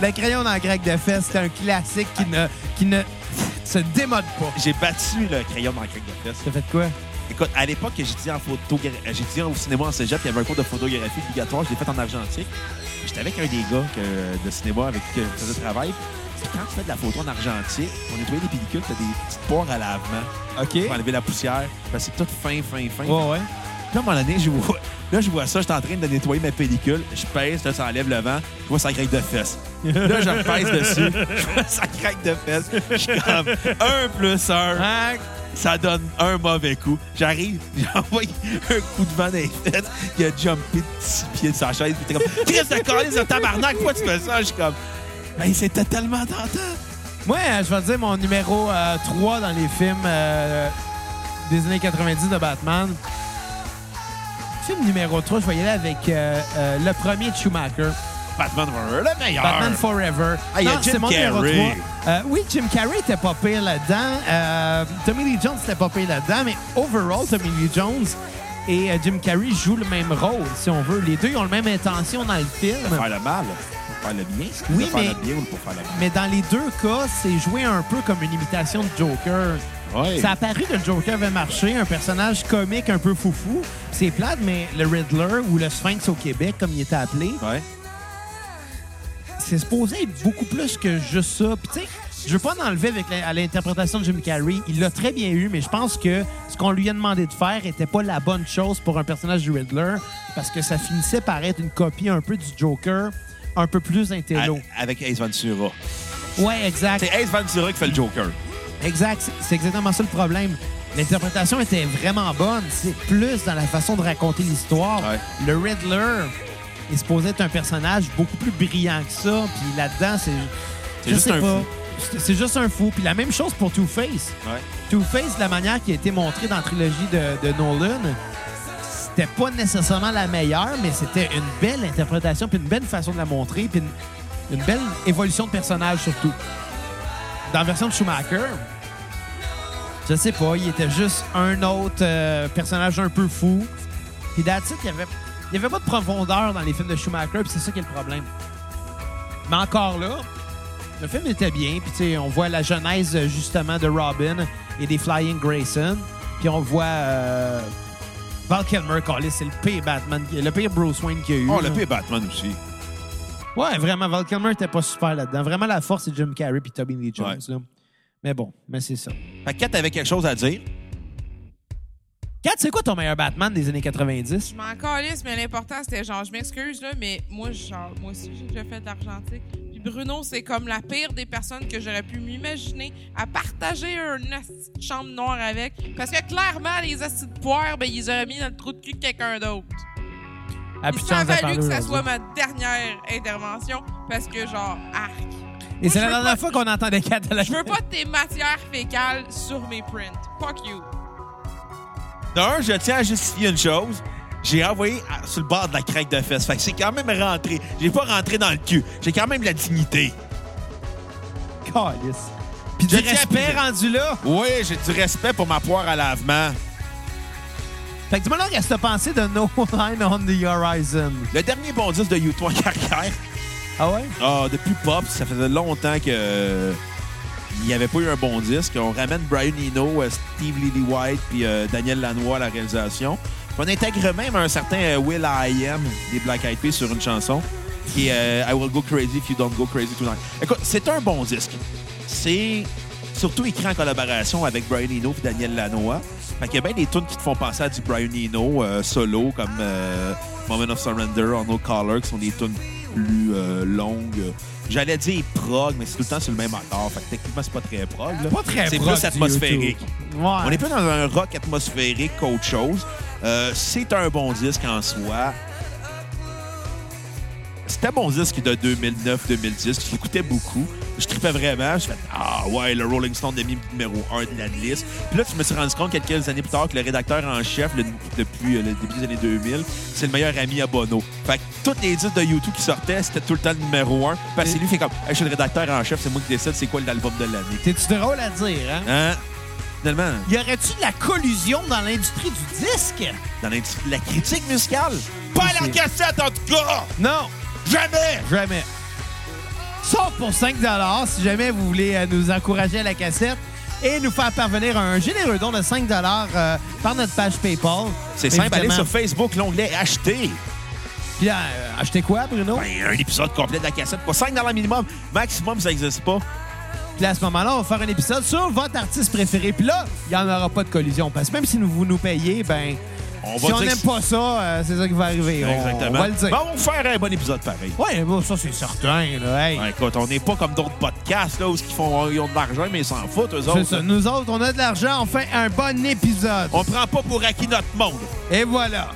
Speaker 2: Le crayon dans le grec de fesse, c'est un classique qui ne, qui ne se démode pas.
Speaker 1: J'ai battu le crayon dans le crack de fesse.
Speaker 2: T'as fait quoi?
Speaker 1: Écoute, à l'époque, j'étudiais en photogra- j'étudiais au cinéma en cégep, il y avait un cours de photographie obligatoire, je l'ai fait en argentique. J'étais avec un des gars que- de cinéma avec qui je faisais le travail. Puis quand tu fais de la photo en argentique, pour nettoyer des pellicules, t'as des petites poires à lavement
Speaker 2: OK.
Speaker 1: pour enlever la poussière. Ben, c'est tout fin, fin, fin.
Speaker 2: Ouais, ouais.
Speaker 1: Puis là, à un moment donné, je vois, là, je vois ça, je suis en train de nettoyer ma pellicule, je pèse, là, ça enlève le vent, je vois ça craque de fesses. Là, je pèse dessus, je vois ça craque de fesses. Je suis comme, un plus un,
Speaker 2: Ah,
Speaker 1: ça donne un mauvais coup. J'arrive, j'envoie un coup de vent dans les fesses, il a jumpé de six pieds de sa chaise, puis t'es comme, Triste de calice de tabarnak, pourquoi tu fais ça? Je suis comme, ben, c'était tellement tentant.
Speaker 2: Moi, euh, je vais te dire mon numéro euh, 3 dans les films euh, des années 90 de Batman. Film numéro 3, je vais y aller avec euh, euh, le premier de Schumacher,
Speaker 1: Batman Forever, le meilleur.
Speaker 2: Batman Forever.
Speaker 1: Ah, il y a
Speaker 2: Non,
Speaker 1: Jim
Speaker 2: c'est mon numéro
Speaker 1: Carrey.
Speaker 2: 3. Euh, oui, Jim Carrey était pas pire là-dedans. Euh, Tommy Lee Jones était pas pire là-dedans, mais overall, Tommy Lee Jones et euh, Jim Carrey jouent le même rôle, si on veut. Les deux ils ont la même intention dans le film.
Speaker 1: Pour faire le mal, pour faire le bien,
Speaker 2: Oui,
Speaker 1: pour faire
Speaker 2: mais-
Speaker 1: le bien ou pour faire le mal.
Speaker 2: Mais dans les deux cas, c'est joué un peu comme une imitation de Joker.
Speaker 1: Ouais.
Speaker 2: Ça a paru que le Joker avait marché, un personnage comique un peu foufou. C'est plate, mais le Riddler ou le Sphinx au Québec, comme il était appelé,
Speaker 1: Ouais.
Speaker 2: c'est supposé être beaucoup plus que juste ça. Puis tu sais, je veux pas enlever avec la- à l'interprétation de Jim Carrey. Il l'a très bien eu, mais je pense que ce qu'on lui a demandé de faire était pas la bonne chose pour un personnage du Riddler, parce que ça finissait par être une copie un peu du Joker, un peu plus
Speaker 1: À-
Speaker 2: intello.
Speaker 1: avec Ace Ventura.
Speaker 2: Ouais, exact.
Speaker 1: Ah, C'est Ace Ventura qui fait le Joker.
Speaker 2: Exact, c'est- c'est exactement ça le problème. L'interprétation était vraiment bonne. C'est plus dans la façon de raconter l'histoire.
Speaker 1: Ouais.
Speaker 2: Le Riddler est supposé être un personnage beaucoup plus brillant que ça. Puis là-dedans, c'est
Speaker 1: C'est
Speaker 2: je
Speaker 1: juste
Speaker 2: sais
Speaker 1: un
Speaker 2: pas.
Speaker 1: fou.
Speaker 2: C'est- C'est juste un fou. Puis la même chose pour Two-Face.
Speaker 1: Ouais.
Speaker 2: Two-Face, la manière qui a été montrée dans la trilogie de, de Nolan, c'était pas nécessairement la meilleure, mais c'était une belle interprétation, puis une belle façon de la montrer, puis une, une belle évolution de personnage surtout. Dans la version de Schumacher, je sais pas, il était juste un autre euh, personnage un peu fou. Puis that's it, il y avait, il y avait pas de profondeur dans les films de Schumacher, puis c'est ça qui est le problème. Mais encore là, le film était bien, puis tu sais, on voit la genèse euh, justement de Robin et des Flying Grayson, puis on voit euh, Val Kilmer, Collis, c'est le pire Batman, le pire Bruce Wayne qu'il y a eu.
Speaker 1: Oh, le
Speaker 2: là.
Speaker 1: pire Batman aussi.
Speaker 2: Ouais, vraiment, Val Kilmer était pas super là-dedans. Vraiment, la force, c'est Jim Carrey puis Tobey Lee Jones.
Speaker 1: Ouais.
Speaker 2: Là. Mais bon, mais c'est ça.
Speaker 1: Fait que Kat avait quelque chose à dire.
Speaker 2: Kat, c'est quoi ton meilleur Batman des années 90?
Speaker 3: Je m'en calisse, mais l'important, c'était genre, je m'excuse, là, mais moi, genre, moi aussi, j'ai déjà fait de l'argentique. Puis Bruno, c'est comme la pire des personnes que j'aurais pu m'imaginer à partager une asti de chambre noire avec. Parce que clairement, les astis de poire, ben, ils auraient mis dans le trou de cul de quelqu'un d'autre.
Speaker 2: Ah,
Speaker 3: Il
Speaker 2: puis
Speaker 3: s'en
Speaker 2: chance de
Speaker 3: valu
Speaker 2: parler
Speaker 3: que ça
Speaker 2: aujourd'hui.
Speaker 3: soit ma dernière intervention, parce que, genre, arc.
Speaker 2: Et c'est la
Speaker 3: je veux
Speaker 2: dernière
Speaker 3: pas-
Speaker 2: fois qu'on entendait Kat à la
Speaker 3: Je veux pas tes matières fécales sur mes prints. Fuck you.
Speaker 1: D'un, je tiens à justifier une chose. J'ai envoyé à- sur le bord de la craque de fesses. Fait que c'est quand même rentré. J'ai pas rentré dans le cul. J'ai quand même la dignité.
Speaker 2: Calisse. Puis du
Speaker 1: Je tiens à
Speaker 2: respect
Speaker 1: préciser-
Speaker 2: rendu là.
Speaker 1: Oui, j'ai du respect pour ma poire à lavement.
Speaker 2: Fait que dis-moi là, qu'est-ce que t'as pensé de No Line on the Horizon?
Speaker 1: Le dernier bon disque de U3 carrière,
Speaker 2: Ah ouais?
Speaker 1: ah, depuis Pop, ça faisait longtemps que euh, il n'y avait pas eu un bon disque. On ramène Brian Eno, euh, Steve Lillywhite puis euh, Daniel Lanois à la réalisation. Puis on intègre même un certain euh, Will I Am des Black Eyed Peas sur une chanson qui est euh, I Will Go Crazy If You Don't Go Crazy Tonight. Écoute, c'est un bon disque. C'est surtout écrit en collaboration avec Brian Eno et Daniel Lanois. Fait qu'il y a bien des tunes qui te font penser à du Brian Eno euh, solo comme euh, Moment of Surrender, On No Color, qui sont des tunes plus euh, longues. J'allais dire prog, mais c'est tout le temps sur le même accord. Fait que techniquement, c'est pas très prog. là.
Speaker 2: Pas très
Speaker 1: C'est
Speaker 2: proche
Speaker 1: plus
Speaker 2: du
Speaker 1: atmosphérique.
Speaker 2: YouTube. Ouais.
Speaker 1: On est plus dans un rock atmosphérique qu'autre chose. Euh, c'est un bon disque en soi. C'était un bon disque de 2009-2010. Je l'écoutais beaucoup. Je tripais vraiment. Je fais Ah ouais, le Rolling Stone de mis numéro 1 de la liste. Puis là, je me suis rendu compte quelques années plus tard que le rédacteur en chef, le- depuis euh, le début des années 2000, c'est le meilleur ami à Bono. Fait que tous les disques de YouTube qui sortaient, c'était tout le temps le numéro 1. Parce que c'est lui qui fait comme Hey, Je suis le rédacteur en chef, c'est moi qui décide c'est quoi l'album de l'année.
Speaker 2: T'es-tu drôle à dire, hein?
Speaker 1: Hein? Finalement.
Speaker 2: Y aurait-tu de la collusion dans l'industrie du disque?
Speaker 1: dans l'industrie de la critique musicale. Pas la
Speaker 2: c'est-
Speaker 1: cassette, en tout cas!
Speaker 2: Non,
Speaker 1: Jamais!
Speaker 2: jamais. Sauf pour 5 si jamais vous voulez euh, nous encourager à la cassette. et nous faire parvenir un généreux don de 5 euh, par notre page PayPal.
Speaker 1: C'est simple, hein? allez
Speaker 2: Évidemment.
Speaker 1: sur Facebook, l'onglet Acheter.
Speaker 2: Puis, euh, achetez quoi, Bruno?
Speaker 1: Ben, un épisode complet de la cassette. Pas 5 minimum. Maximum, ça n'existe pas.
Speaker 2: Puis là, à ce moment-là, on va faire un épisode sur votre artiste préféré. Puis là, il n'y en aura pas de collision. Parce que même si nous- vous nous payez, ben,
Speaker 1: On
Speaker 2: si on
Speaker 1: dire
Speaker 2: n'aime
Speaker 1: que-
Speaker 2: pas ça, euh, c'est ça qui va arriver. On-
Speaker 1: Exactement.
Speaker 2: On, va le dire.
Speaker 1: Ben, on va faire un bon épisode pareil.
Speaker 2: Ouais, bon, ça, c'est certain. Là, hey.
Speaker 1: Ben, écoute, on n'est pas comme d'autres podcasts là, où ils, font, ils ont de l'argent, mais ils s'en foutent, eux
Speaker 2: C'est
Speaker 1: autres.
Speaker 2: ça. Nous autres, on a de l'argent. On fait un bon épisode.
Speaker 1: On prend pas pour acquis notre monde.
Speaker 2: Et voilà.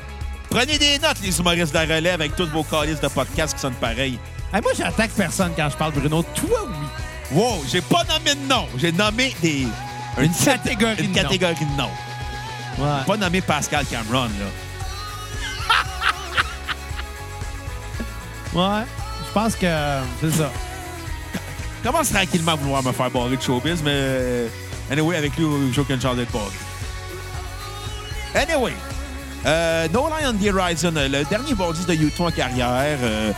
Speaker 1: Prenez des notes, les humoristes de la relève, avec tous vos calices de podcasts qui sonnent pareils.
Speaker 2: Hey, moi, j'attaque personne quand je parle, Bruno. Toi, oui.
Speaker 1: Wow, j'ai pas nommé de nom. J'ai nommé des...
Speaker 2: Une catégorie
Speaker 1: Une
Speaker 2: de noms.
Speaker 1: catégorie de noms.
Speaker 2: Ouais.
Speaker 1: Pas nommé Pascal Cameron, là.
Speaker 2: Ouais. Je pense que euh, c'est ça.
Speaker 1: Commence tranquillement à vouloir me faire barrer de showbiz, mais... euh, Anyway, avec lui, j'ai aucune chance d'être barré. Anyway, euh, No Line on the Horizon, euh, le dernier bondis de YouTube en carrière. euh,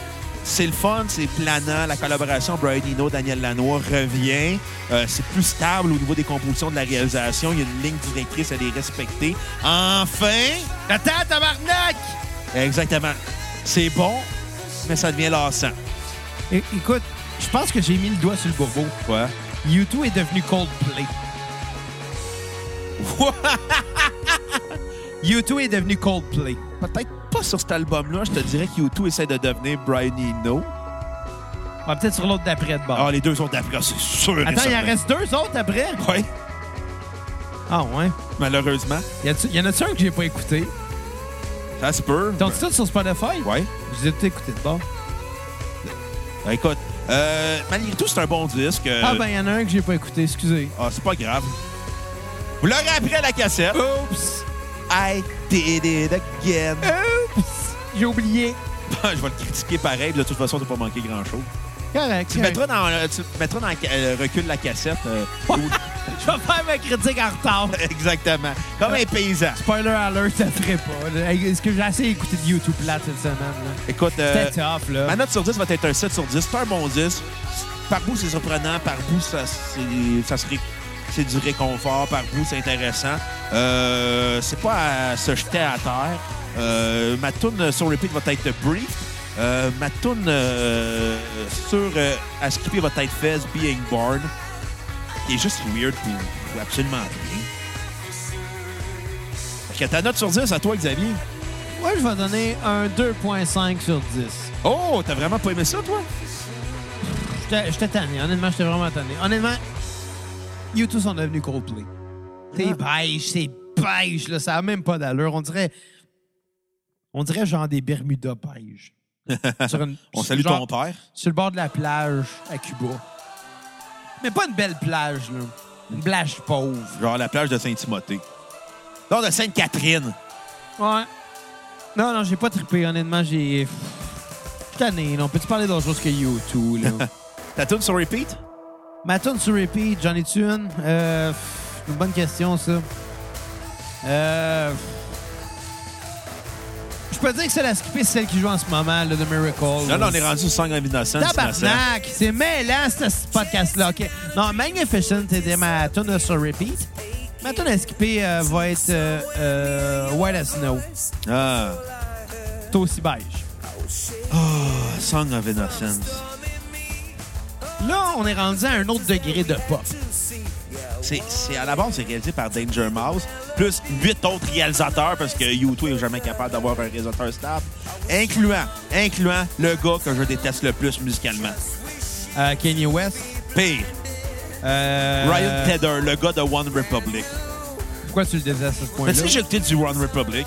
Speaker 1: c'est le fun, c'est planant. La collaboration Brian Eno, Daniel Lanois revient. Euh, c'est plus stable au niveau des compositions de la réalisation. Il y a une ligne directrice à les respecter. Enfin!
Speaker 2: Attends, tabarnak!
Speaker 1: Exactement. C'est bon, mais ça devient lassant.
Speaker 2: É- Écoute, je pense que j'ai mis le doigt sur le bourbeau.
Speaker 1: Quoi?
Speaker 2: U2 est devenu Coldplay. U2 est devenu Coldplay.
Speaker 1: Peut-être pas sur cet album-là. Je te dirais que U2 essaie de devenir Brian Eno.
Speaker 2: Ouais, peut-être sur l'autre d'après de bord.
Speaker 1: Ah, les deux autres d'après, c'est sûr. et
Speaker 2: Attends, il en
Speaker 1: certain.
Speaker 2: reste deux autres après?
Speaker 1: Ouais,
Speaker 2: Ah ouais.
Speaker 1: malheureusement.
Speaker 2: Y, a-tu- y en a-tu un que j'ai pas écouté?
Speaker 1: Ça se peut.
Speaker 2: T'as dit ça sur Spotify?
Speaker 1: Ouais. Euh.
Speaker 2: Je les ai tout écouté de bord.
Speaker 1: Ben, Écoute, euh, malgré tout, c'est un bon disque. euh,
Speaker 2: Ah ben, y en a un que j'ai pas écouté, excusez.
Speaker 1: ah, c'est pas grave. Vous l'aurez appris à la cassette.
Speaker 2: Oups!
Speaker 1: I did it again.
Speaker 2: Oups! J'ai oublié.
Speaker 1: Je vais le critiquer pareil. puis De toute façon, t'as pas manqué grand-chose.
Speaker 2: Correct.
Speaker 1: Tu le mettras dans, euh, tu le mettras dans le ca- euh, le recul de la cassette. euh, ou-
Speaker 2: Je vais faire ma critique en retard.
Speaker 1: Exactement.
Speaker 2: Euh,
Speaker 1: Comme un paysan.
Speaker 2: Spoiler alert, ça ferait pas. là. Hey, Est-ce que j'ai assez écouté de YouTube plate cette semaine? là?
Speaker 1: Écoute, euh,
Speaker 2: C'était tough, là.
Speaker 1: ma note sur 10 va être un 7 sur 10. C'est un bon 10. Par bout, c'est surprenant. Par bout, ça, c'est, ça se ré- c'est du réconfort. Par bout, c'est intéressant. Euh, c'est pas à se jeter à terre. Euh, ma tune sur repeat va être brief. Euh, ma tune euh, sur euh, à skipper va être Fez Being Born. Qui est juste weird pour, pour absolument rien. Fait que ta note sur 10 à toi, Xavier.
Speaker 2: Moi, je vais donner un 2.5 sur 10.
Speaker 1: Oh, t'as vraiment pas aimé ça, toi?
Speaker 2: J'étais j'étais tanné. Honnêtement, j'étais vraiment tanné. Honnêtement, YouTube sont devenus Coldplay. C'est beige, c'est beige, là. Ça a même pas d'allure. On dirait... On dirait genre des Bermudas beige. Sur une-
Speaker 1: On salue ton
Speaker 2: genre-
Speaker 1: père.
Speaker 2: Sur le bord de la plage à Cuba. Mais pas une belle plage, là. Une plage pauvre.
Speaker 1: Genre la plage de Saint-Timothée. Non, de Sainte-Catherine.
Speaker 2: Ouais. Non, non, j'ai pas trippé. Honnêtement, j'ai... Je suis tanné, là. On peut-tu parler d'autre chose que YouTube, là?
Speaker 1: Ta tune sur repeat?
Speaker 2: Ma tune sur repeat, j'en ai une. Euh, pff, une bonne question, ça. Euh, pff. je peux dire que c'est la skipper, c'est celle qui joue en ce moment, là, de Miracle.
Speaker 1: Là, là, on est rendu sang innocent.
Speaker 2: Tabarnak! C'est mêlant, ce ce podcast-là. OK. Non, Magnificent, c'était ma tune sur repeat. Ma tune à skipper euh, va être euh, euh, White as Snow.
Speaker 1: Ah,
Speaker 2: C'est aussi beige.
Speaker 1: Song of Innocence.
Speaker 2: Là, on est rendu à un autre degré de pop.
Speaker 1: C'est, c'est- à la base, c'est réalisé par Danger Mouse, plus huit autres réalisateurs, parce que YouTube n'est jamais capable d'avoir un réalisateur stable, incluant, incluant le gars que je déteste le plus musicalement.
Speaker 2: Euh, Kanye West.
Speaker 1: Pire,
Speaker 2: Euh,
Speaker 1: Ryan Tedder, le gars de One Republic.
Speaker 2: Pourquoi tu le désastres à ce point-là?
Speaker 1: Mais si j'ai écouté du One Republic,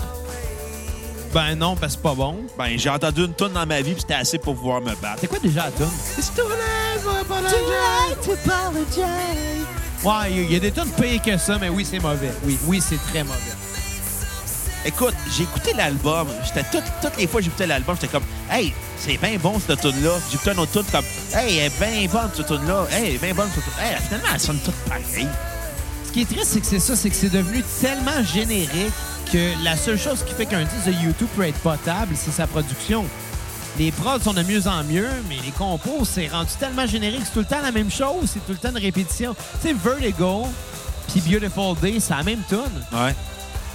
Speaker 2: Ben non, parce que c'est pas bon.
Speaker 1: ben j'ai entendu une tune dans ma vie, puis c'était assez pour pouvoir me battre.
Speaker 2: C'est quoi déjà la tune? It's too late to apologize. Ouais, il y a des tunes pires que ça, mais oui, c'est mauvais. Oui, oui, c'est très mauvais.
Speaker 1: Écoute, j'ai écouté l'album. J'étais tout- toutes les fois que j'écoutais l'album, j'étais comme, hey, c'est bien bon cette tune là. J'écoutais un autre tune comme, hey, elle est bien bonne cette tune là. Hey, elle est bien bonne cette tune. Hey, finalement, elle sonne toutes pareilles.
Speaker 2: Ce qui est triste, c'est que c'est ça, c'est que c'est devenu tellement générique que la seule chose qui fait qu'un disque de YouTube peut être potable, c'est sa production. Les prods sont de mieux en mieux, mais les compos, c'est rendu tellement générique, c'est tout le temps la même chose, c'est tout le temps une répétition. Tu sais, Vertigo, Puis Beautiful Day, c'est la même tune.
Speaker 1: Ouais.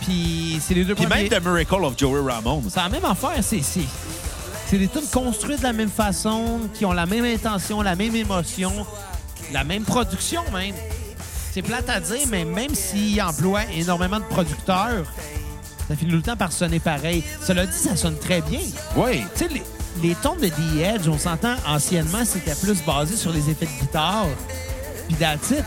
Speaker 2: Puis c'est les deux
Speaker 1: Puis
Speaker 2: premiers.
Speaker 1: même The Miracle of Joey Ramone.
Speaker 2: C'est la même affaire. C'est, c'est, c'est des tunes construites de la même façon, qui ont la même intention, la même émotion, la même production même. C'est plate à dire, mais même s'ils emploient énormément de producteurs, ça finit tout le temps par sonner pareil. Cela dit, ça sonne très bien.
Speaker 1: Oui.
Speaker 2: Tu sais, les, les tons de The Edge, on s'entend, anciennement, c'était plus basé sur les effets de guitare. Puis d'attitude,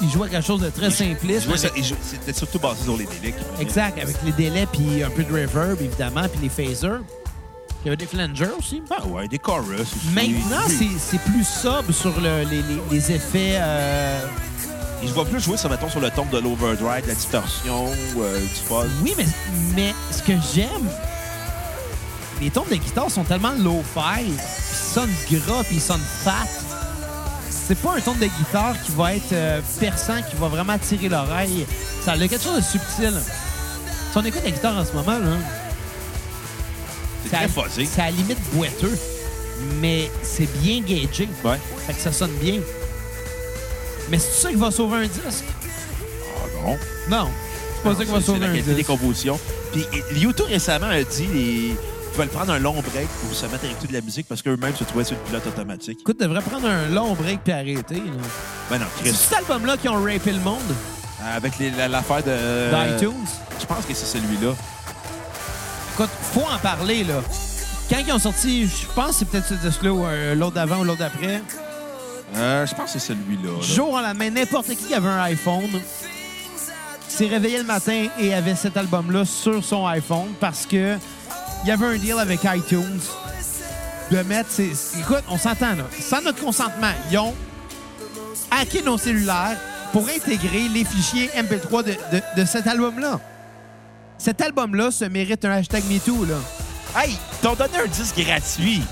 Speaker 2: ils jouaient quelque chose de très simpliste.
Speaker 1: Je vois ça- et
Speaker 2: avec-
Speaker 1: je- C'était surtout basé sur les délais. qui-
Speaker 2: Exact, avec les délais, puis un peu de reverb, évidemment, puis les phasers. Il y avait des flangers aussi.
Speaker 1: Ah ouais, des chorus. aussi.
Speaker 2: Maintenant,
Speaker 1: Oui.
Speaker 2: c'est c'est plus sobre sur le- les, les- les effets. euh,
Speaker 1: Et je vois plus jouer, ça, mettons, sur le ton de l'overdrive, de la distorsion, euh, du fuzz.
Speaker 2: Oui, mais, mais ce que j'aime, les tombes de guitare sont tellement low-fi, puis ils sonnent gras, puis ils sonnent fat. C'est pas un ton de guitare qui va être euh, perçant, qui va vraiment attirer l'oreille. Ça a quelque chose de subtil. Si on écoute la guitare en ce moment, là,
Speaker 1: C'est
Speaker 2: c'est
Speaker 1: très
Speaker 2: à-
Speaker 1: fuzzé.
Speaker 2: c'est à la limite boiteux, mais c'est bien gagé.
Speaker 1: Ouais.
Speaker 2: Fait que ça sonne bien. Mais c'est ça qui va sauver un disque?
Speaker 1: Ah non.
Speaker 2: Non. C'est pas ça qui va
Speaker 1: C'est- C'est
Speaker 2: sauver
Speaker 1: la
Speaker 2: un
Speaker 1: qualité des
Speaker 2: disque.
Speaker 1: compositions. Puis et- YouTube récemment a dit les... qu'ils veulent prendre un long break pour se mettre à écouter de la musique parce qu'eux-mêmes se trouvaient sur le pilote automatique.
Speaker 2: Écoute, devrait prendre un long break puis arrêter. là.
Speaker 1: Ben non,
Speaker 2: C'est
Speaker 1: Chris.
Speaker 2: cet album-là qui ont rapé le monde
Speaker 1: Avec les- la- l'affaire de.
Speaker 2: d'iTunes.
Speaker 1: Je pense que c'est celui-là.
Speaker 2: Écoute, faut en parler, là. Quand ils ont sorti, je pense que c'est peut-être ce disque-là ou euh, l'autre d'avant ou l'autre d'après,
Speaker 1: Euh, je pense que c'est celui-là. là.
Speaker 2: jour en la main, n'importe qui qui avait un iPhone s'est réveillé le matin et avait cet album-là sur son iPhone parce que il y avait un deal avec iTunes de mettre ses... Écoute, on s'entend, là. Sans notre consentement, ils ont hacké nos cellulaires pour intégrer les fichiers MP3 de, de- de cet album-là. Cet album-là se mérite un hashtag MeToo, là.
Speaker 1: Hey, ils t'ont donné un disque gratuit.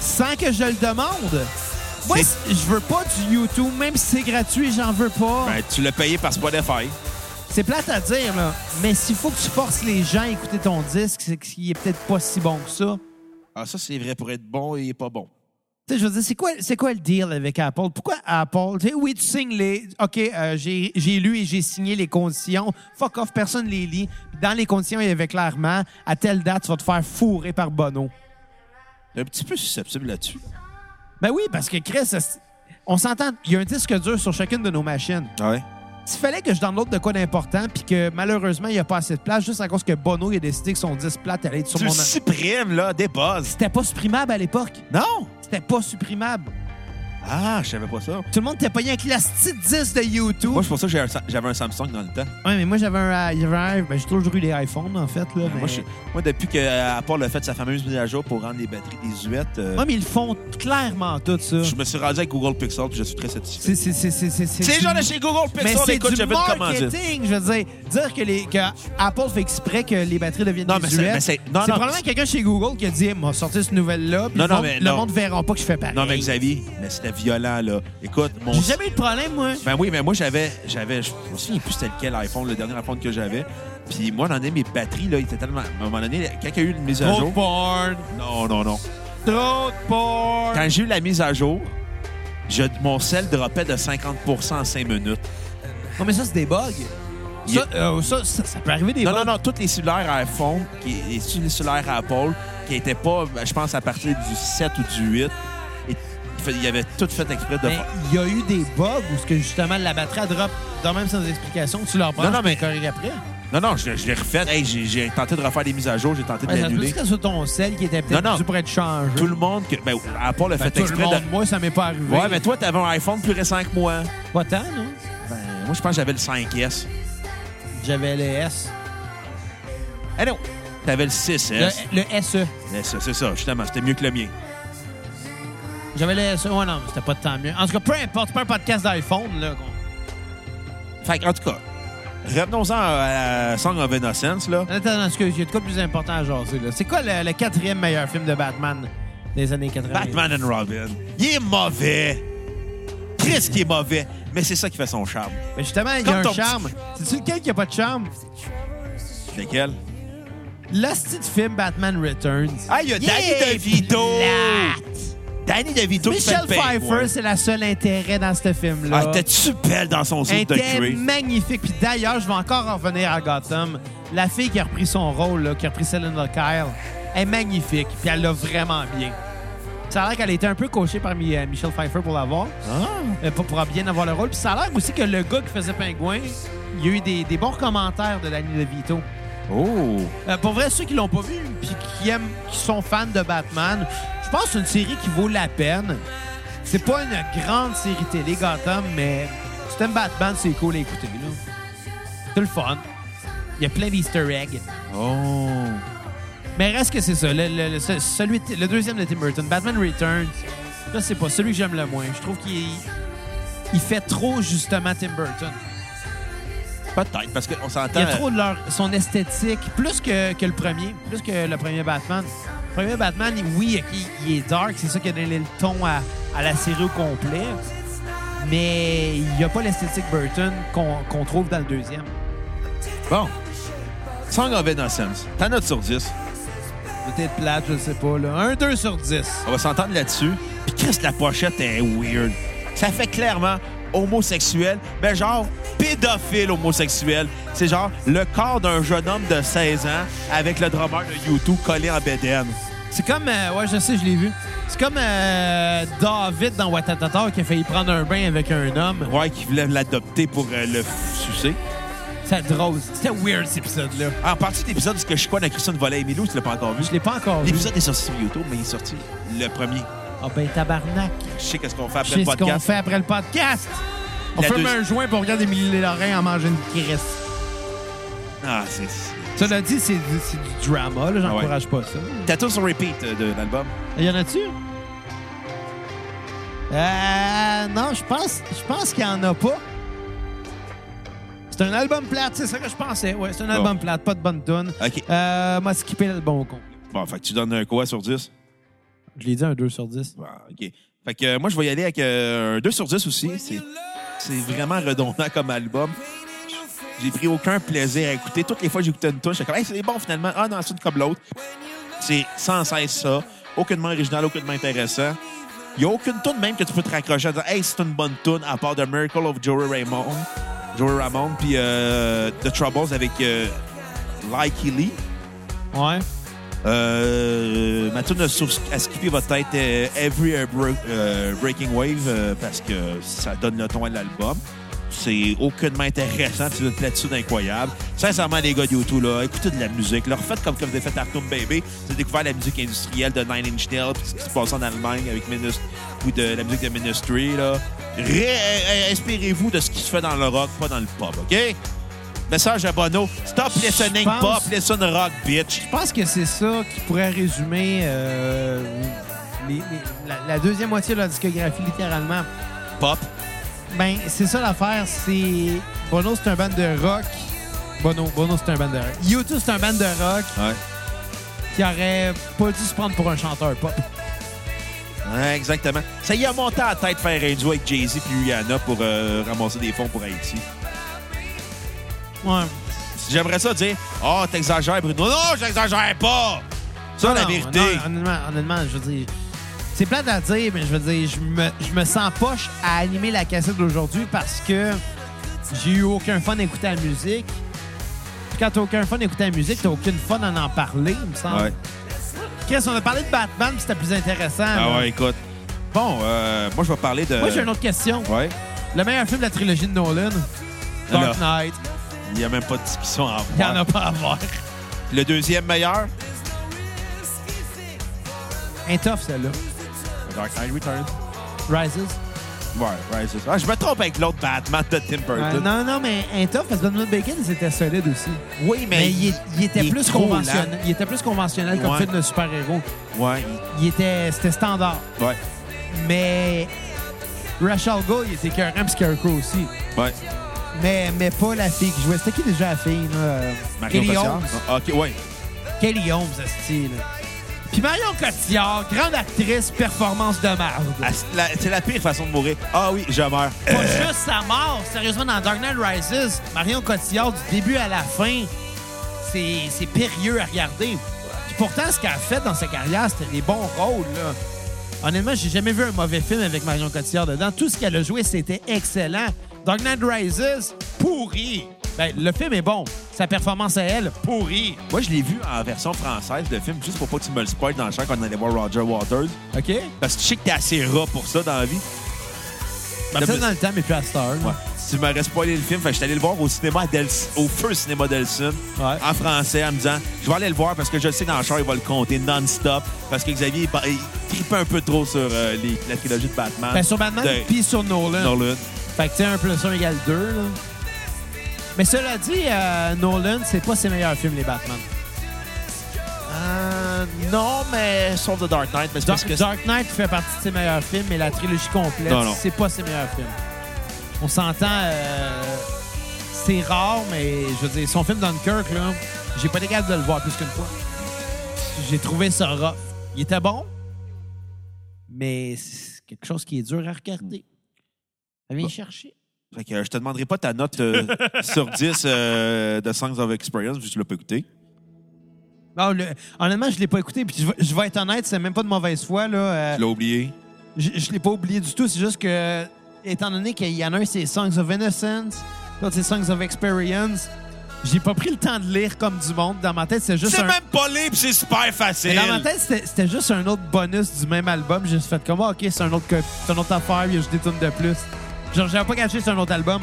Speaker 2: sans que je le demande. Moi,
Speaker 1: C'est-
Speaker 2: je veux pas du YouTube, même si c'est gratuit, j'en veux pas.
Speaker 1: Ben, tu l'as payé par Spotify.
Speaker 2: C'est plate à dire, là. Mais s'il faut que tu forces les gens à écouter ton disque, c'est qu'il est peut-être pas si bon que ça.
Speaker 1: Ah, ça, c'est vrai pour être bon et pas bon.
Speaker 2: Tu sais, je veux dire, c'est quoi, c'est quoi le deal avec Apple? Pourquoi Apple? Tu sais, oui, tu signes les. OK, euh, j'ai, j'ai lu et j'ai signé les conditions. Fuck off, personne les lit. Dans les conditions, il y avait clairement à telle date, tu vas te faire fourrer par Bono.
Speaker 1: T'es un petit peu susceptible là-dessus.
Speaker 2: Ben oui, parce que Chris, c'est- on s'entend, il y a un disque dur sur chacune de nos machines.
Speaker 1: Ouais.
Speaker 2: S'il fallait que je download de quoi d'important, puis que malheureusement, il n'y a pas assez de place, juste à cause que Bono il a décidé que son 10 plate allait être sur
Speaker 1: Tu le
Speaker 2: mon.
Speaker 1: supprimes, là, des bases.
Speaker 2: C'était pas supprimable à l'époque.
Speaker 1: Non!
Speaker 2: C'était pas supprimable.
Speaker 1: Ah, je savais pas ça.
Speaker 2: Tout le monde était payé avec la petite 10 de YouTube.
Speaker 1: Moi, c'est pour ça que j'ai un Sa- j'avais un Samsung dans le temps.
Speaker 2: Ouais, mais moi, j'avais un. euh, il y avait un- ben, j'ai toujours eu les iPhones, en fait. Là, mais...
Speaker 1: Moi, je- moi, depuis que euh, Apple a fait sa fameuse mise à jour pour rendre les batteries des huettes, euh,
Speaker 2: Ouais, mais ils font clairement tout ça.
Speaker 1: je me suis rendu avec Google Pixel puis je suis très satisfait.
Speaker 2: C'est, c'est, c'est, c'est, c'est, c'est-
Speaker 1: C'est les gens de chez Google
Speaker 2: mais
Speaker 1: Pixel,
Speaker 2: c'est
Speaker 1: écoute,
Speaker 2: du
Speaker 1: j'avais une commandite.
Speaker 2: marketing, je veux dire. Dire que, les, que Apple fait exprès que les batteries deviennent
Speaker 1: Non,
Speaker 2: des
Speaker 1: mais c'est-
Speaker 2: huettes,
Speaker 1: mais c'est- non, non,
Speaker 2: probablement
Speaker 1: c'est-
Speaker 2: quelqu'un chez Google qui a dit, m'a sorti cette nouvelle-là, puis
Speaker 1: Non,
Speaker 2: le,
Speaker 1: non,
Speaker 2: monde,
Speaker 1: mais
Speaker 2: le
Speaker 1: non.
Speaker 2: monde verra pas que je fais pareil.
Speaker 1: Non, mais Xavier, mais c'était violent, là. Écoute, mon.
Speaker 2: J'ai jamais eu de problème, moi.
Speaker 1: Ben oui, mais moi, j'avais. j'avais Je me souviens plus c'était lequel iPhone, le dernier iPhone que j'avais. Puis moi, j'en ai mes batteries, là, il était tellement. À un moment donné, quand il y a eu une mise à jour.
Speaker 2: porn.
Speaker 1: Non, non, non.
Speaker 2: Trop de porn.
Speaker 1: Quand j'ai eu la mise à jour, je- mon sel dropait de 50 en 5 minutes.
Speaker 2: Non, mais ça, c'est des bugs.
Speaker 1: Il-
Speaker 2: Ça, euh, ça, ça, ça peut arriver des
Speaker 1: Non,
Speaker 2: bugs.
Speaker 1: non, non, tous les cellulaires iPhone, qui, les cellulaires Apple, qui n'étaient pas, ben, je pense, à partir du 7 ou du 8, et, il fait- il y avait tout fait exprès de
Speaker 2: Mais
Speaker 1: faire-
Speaker 2: il y a eu des bugs où ce que justement la batterie elle drop dans même sans explication, tu leur prends
Speaker 1: non, mais-
Speaker 2: corrige après.
Speaker 1: Non, non, je, je l'ai refait. Hey, j'ai- j'ai tenté de refaire des mises à jour, j'ai tenté de
Speaker 2: Ouais, ça se peut
Speaker 1: l'annuler.
Speaker 2: que sur ton sel qui était peut-être
Speaker 1: Non, non.
Speaker 2: dû pour être changé.
Speaker 1: Tout le monde, que, ben, Apple a
Speaker 2: Ben,
Speaker 1: fait
Speaker 2: tout le
Speaker 1: exprès
Speaker 2: monde,
Speaker 1: de.
Speaker 2: moi, ça m'est pas arrivé.
Speaker 1: Ouais, mais toi, t'avais un iPhone plus récent que moi.
Speaker 2: Pas tant, non?
Speaker 1: Ben, moi, je pense que j'avais le 5S.
Speaker 2: J'avais le S.
Speaker 1: Ah non, t'avais le
Speaker 2: Le,
Speaker 1: 6S.
Speaker 2: le E. SE.
Speaker 1: Mais ça, C'est ça, justement, c'était mieux que le mien.
Speaker 2: J'avais le SE. Ouais, non, mais c'était pas tant mieux. En tout cas, peu importe, c'est pas un podcast d'iPhone, là. qu'on-
Speaker 1: Fait que, en tout cas, revenons-en à, à Song of Innocence, là.
Speaker 2: Attends, attends, excuse, il y a de quoi de plus important à jaser, là. C'est quoi le, le quatrième meilleur film de Batman des années 80?
Speaker 1: Batman and Robin. Il est mauvais. Chris qui est mauvais. Mais c'est ça qui fait son charme.
Speaker 2: Mais justement, il y
Speaker 1: Comme
Speaker 2: a un
Speaker 1: ton
Speaker 2: charme. C'est-tu lequel qui a pas de charme?
Speaker 1: Lequel?
Speaker 2: L'hostie de film Batman Returns.
Speaker 1: Ah, il y a Danny
Speaker 2: Yeah,
Speaker 1: DeVito!
Speaker 2: plate.
Speaker 1: Danny DeVito qui fait
Speaker 2: Michelle
Speaker 1: le pain,
Speaker 2: Pfeiffer,
Speaker 1: ouais.
Speaker 2: c'est la seule intérêt dans ce film-là.
Speaker 1: Ah, t'es-tu belle dans son
Speaker 2: Elle
Speaker 1: suit de
Speaker 2: était
Speaker 1: Grey?
Speaker 2: magnifique. Puis d'ailleurs, je vais encore en revenir à Gotham. La fille qui a repris son rôle, là, qui a repris Selena Kyle, est magnifique. Puis elle l'a vraiment bien. Ça a l'air qu'elle a été un peu coachée par Mi- euh, Michelle Pfeiffer pour l'avoir, euh, pour, pour bien avoir le rôle. Puis ça a l'air aussi que le gars qui faisait Pingouin, il y a eu des, des bons commentaires de Danny DeVito.
Speaker 1: Oh!
Speaker 2: Euh, pour vrai, ceux qui l'ont pas vu puis qui aiment, qui sont fans de Batman, je pense que c'est une série qui vaut la peine. C'est pas une grande série télé, Gotham, mais si t'aimes Batman, c'est cool à écouter. là. C'est le fun. Il y a plein d'easter eggs.
Speaker 1: Oh!
Speaker 2: Mais reste que c'est ça. Le, le- le- ce- celui, de- le deuxième de Tim Burton, Batman Returns, là, c'est pas celui que j'aime le moins. Je trouve qu'il il fait trop, justement, Tim Burton.
Speaker 1: Peut-être, parce qu'on s'entend...
Speaker 2: Il y a trop de leur, son esthétique, plus que, que le premier, plus que le premier Batman. Le premier Batman, il- oui, il, il est dark, c'est ça qui a donné le ton à, à la série au complet, mais il n'y a pas l'esthétique Burton qu'on qu'on trouve dans le deuxième.
Speaker 1: Bon. Song of Innocence. T'as note sur 10.
Speaker 2: Peut-être plate, je ne sais pas. Là. Un 2 sur 10.
Speaker 1: On va s'entendre là-dessus. Puis Chris, la pochette est weird. Ça fait clairement homosexuel, mais genre pédophile homosexuel. C'est genre le corps d'un jeune homme de 16 ans avec le drummer de YouTube collé en bédaine.
Speaker 2: C'est comme... euh, ouais, je sais, je l'ai vu. C'est comme euh, David dans Watatata qui a failli prendre un bain avec un homme.
Speaker 1: Ouais, qui voulait l'adopter pour euh, le f- sucer.
Speaker 2: C'est drôle. C'était weird, cet épisode-là.
Speaker 1: En partie de l'épisode où je connais Christine volet et Milou, tu l'as pas encore vu.
Speaker 2: Je l'ai pas encore vu.
Speaker 1: L'épisode est sorti sur YouTube, mais il est sorti le premier.
Speaker 2: Ah ben, tabarnak.
Speaker 1: Je sais qu'est-ce qu'on fait après
Speaker 2: Je sais
Speaker 1: le
Speaker 2: ce qu'on
Speaker 1: podcast.
Speaker 2: fait après le podcast. On
Speaker 1: La
Speaker 2: ferme
Speaker 1: deuxi-
Speaker 2: un joint pour regarder Émilie Lorrain en manger une crisse.
Speaker 1: Ah, c'est. c'est-
Speaker 2: Cela dit, c'est du, c'est du drama, là. J'encourage pas ça.
Speaker 1: Tattoo sur repeat euh, de l'album.
Speaker 2: Il y en a-tu? Euh, non, je pense, je pense qu'il y en a pas. C'est un album plate, c'est ça que je pensais. Ouais, c'est un album plate, pas de bonne tune.
Speaker 1: OK.
Speaker 2: Euh, m'a skippé l'album au con.
Speaker 1: Bon, fait que tu donnes un quoi sur 10?
Speaker 2: Je l'ai dit un 2 sur 10.
Speaker 1: Bon, OK. Fait que euh, moi, je vais y aller avec euh, un 2 sur 10 aussi. C'est- C'est vraiment redondant comme album. J'ai pris aucun plaisir à écouter. Toutes les fois que j'écoutais une touche, j'étais comme, hey, c'est bon finalement. Ah non, c'est une comme l'autre. C'est sans cesse ça. Aucunement original, aucunement intéressant. Il n'y a aucune tune même que tu peux te raccrocher en disant, hey, c'est une bonne tune à part de Miracle of Joey Raymond. Joey Ramon, puis euh, The Troubles avec euh, Likey Lee.
Speaker 2: Ouais.
Speaker 1: Euh, ma tune sur- à skipper va être euh, Every euh, Bro- euh, Breaking Wave euh, parce que ça donne le ton à l'album. C'est aucunement intéressant, c'est une platitude incroyable. Sincèrement, les gars de YouTube, là, écoutez de la musique. Leur faites comme, comme vous avez fait Arkham Baby. Vous avez découvert la musique industrielle de Nine Inch Nails, puis ce qui se passe en Allemagne avec Minis- ou de la musique de Ministry. Là. Ré- euh, Inspirez-vous de ce qui se fait dans le rock, pas dans le pop, OK? Message à Bono. Stop
Speaker 2: Je
Speaker 1: listening
Speaker 2: pense-
Speaker 1: pop, listen rock, bitch.
Speaker 2: Je pense que c'est ça qui pourrait résumer euh, les- les- la, la deuxième moitié de la discographie, littéralement.
Speaker 1: Pop.
Speaker 2: Ben, c'est ça l'affaire, c'est... Bono, c'est un band de rock. Bono, Bono c'est un band de rock. U2, c'est un band de rock
Speaker 1: Ouais.
Speaker 2: qui aurait pas dû se prendre pour un chanteur pop.
Speaker 1: Ouais, exactement. Ça y a monté à la tête faire un duo avec Jay-Z puis Rihanna pour euh, ramasser des fonds pour Haïti.
Speaker 2: Ouais.
Speaker 1: J'aimerais ça dire Oh, t'exagères, Bruno. Non, j'exagère pas! Ça, la
Speaker 2: Non,
Speaker 1: vérité.
Speaker 2: non, honnêtement, honnêtement, je veux dire... C'est plate à dire, mais je veux dire, je me, je me sens poche à animer la cassette d'aujourd'hui parce que j'ai eu aucun fun à écouter la musique. Puis quand t'as aucun fun à écouter la musique, t'as aucune fun à en parler, il me semble.
Speaker 1: Ouais.
Speaker 2: Chris, on a parlé de Batman, puis c'était plus intéressant.
Speaker 1: Ah
Speaker 2: là.
Speaker 1: ouais, écoute. Bon, euh, moi, je vais parler de.
Speaker 2: Moi, j'ai une autre question.
Speaker 1: Ouais.
Speaker 2: Le meilleur film de la trilogie de Nolan,
Speaker 1: Alors.
Speaker 2: Dark Knight,
Speaker 1: Il n'y a même pas de discussion à avoir.
Speaker 2: il n'y en a pas à voir.
Speaker 1: Le deuxième meilleur,
Speaker 2: Un tough, celle-là.
Speaker 1: Dark Knight Returns.
Speaker 2: Rises.
Speaker 1: Ouais, ouais, c'est ça. Ah, je me trompe avec l'autre Batman de Tim
Speaker 2: Euh,
Speaker 1: Burton.
Speaker 2: non, non, mais un tough, parce que Donald Bacon, c'était solide aussi.
Speaker 1: Oui, mais.
Speaker 2: Mais il, est- il était
Speaker 1: il est hein.
Speaker 2: plus
Speaker 1: trop
Speaker 2: conventionnel. Il était plus conventionnel comme
Speaker 1: Ouais.
Speaker 2: film de super-héros.
Speaker 1: Ouais,
Speaker 2: Il était... C'était standard.
Speaker 1: il- ouais,
Speaker 2: Mais... Rachel Gould, il était carrément Scarecrow aussi.
Speaker 1: ouais.
Speaker 2: Mais, mais pas la fille qui jouait. C'était qui déjà la fille, là? euh,
Speaker 1: Marion
Speaker 2: Kelly
Speaker 1: Cotillard.
Speaker 2: Holmes.
Speaker 1: Ah, Ok, ouais.
Speaker 2: Kelly Holmes, ce style. Puis Marion Cotillard, grande actrice, performance de merde.
Speaker 1: Ah, c'est la- C'est la pire façon de mourir. Ah oui, je meurs.
Speaker 2: Pas juste sa mort. Sérieusement, dans Dark Knight Rises, Marion Cotillard, du début à la fin, c'est c'est périlleux à regarder. Puis pourtant, ce qu'elle a fait dans sa carrière, c'était des bons rôles. là. Honnêtement, j'ai jamais vu un mauvais film avec Marion Cotillard dedans. Tout ce qu'elle a joué, c'était excellent. Dark Knight Rises, pourri. Ben, le film est bon. Sa performance à elle, pourri.
Speaker 1: Moi, je l'ai vu en version française, le film, juste pour pas que tu me le spoil dans le champ qu'on allait voir Roger Waters.
Speaker 2: OK?
Speaker 1: Parce que je sais que t'es assez rat pour ça dans la vie.
Speaker 2: Ben, ça, dans le temps, mais plus à cette heure.
Speaker 1: Ouais. Tu m'aurais spoilé le film. Fait que je suis allé le voir au cinéma à Del- au feu cinéma d'Elson,
Speaker 2: Ouais.
Speaker 1: en français, en me disant Je vais aller le voir parce que je le sais dans le char, il va le compter non-stop. Parce que Xavier, il, pa- il tripait un peu trop sur euh, les, la trilogie de Batman. euh,
Speaker 2: Ben, sur Batman,
Speaker 1: De-
Speaker 2: puis sur Nolan.
Speaker 1: Nolan.
Speaker 2: Fait que, tu sais, 1 plus 1 égale 2, là. Mais cela dit, euh, Nolan, c'est pas ses meilleurs films, les Batman.
Speaker 1: Euh, non, mais sauf The Dark Knight. Mais c'est parce
Speaker 2: Dark,
Speaker 1: que
Speaker 2: Dark Knight fait partie de ses meilleurs films, mais la trilogie complète,
Speaker 1: Non, non.
Speaker 2: c'est pas ses meilleurs films. On s'entend, euh, c'est rare, mais je veux dire, son film Dunkirk, là, j'ai pas été capable de le voir plus qu'une fois. J'ai trouvé ça rough. Il était bon, mais c'est quelque chose qui est dur à regarder. Ça vient chercher.
Speaker 1: Fait que, euh, je te demanderai pas ta note euh, sur 10 euh, de Songs of Experience, vu que tu l'as pas écouté.
Speaker 2: Non, le- honnêtement, je l'ai pas écouté, puis je vais- je vais être honnête, c'est même pas de mauvaise foi, là. euh,
Speaker 1: Tu l'as oublié.
Speaker 2: Je, je l'ai pas oublié du tout. C'est juste que, étant donné qu'il y en a un, c'est Songs of Innocence, l'autre, c'est Songs of Experience, j'ai pas pris le temps de lire comme du monde. Dans ma tête, c'est juste
Speaker 1: C'est
Speaker 2: un.
Speaker 1: même pas libre, c'est super
Speaker 2: Mais
Speaker 1: facile.
Speaker 2: dans ma tête, c'était c'était juste un autre bonus du même album. J'ai juste fait comme, Ah, OK, c'est un autre, co- c'est une autre affaire, il y a juste des tunes de plus. Genre, j'avais pas caché, c'est un autre album.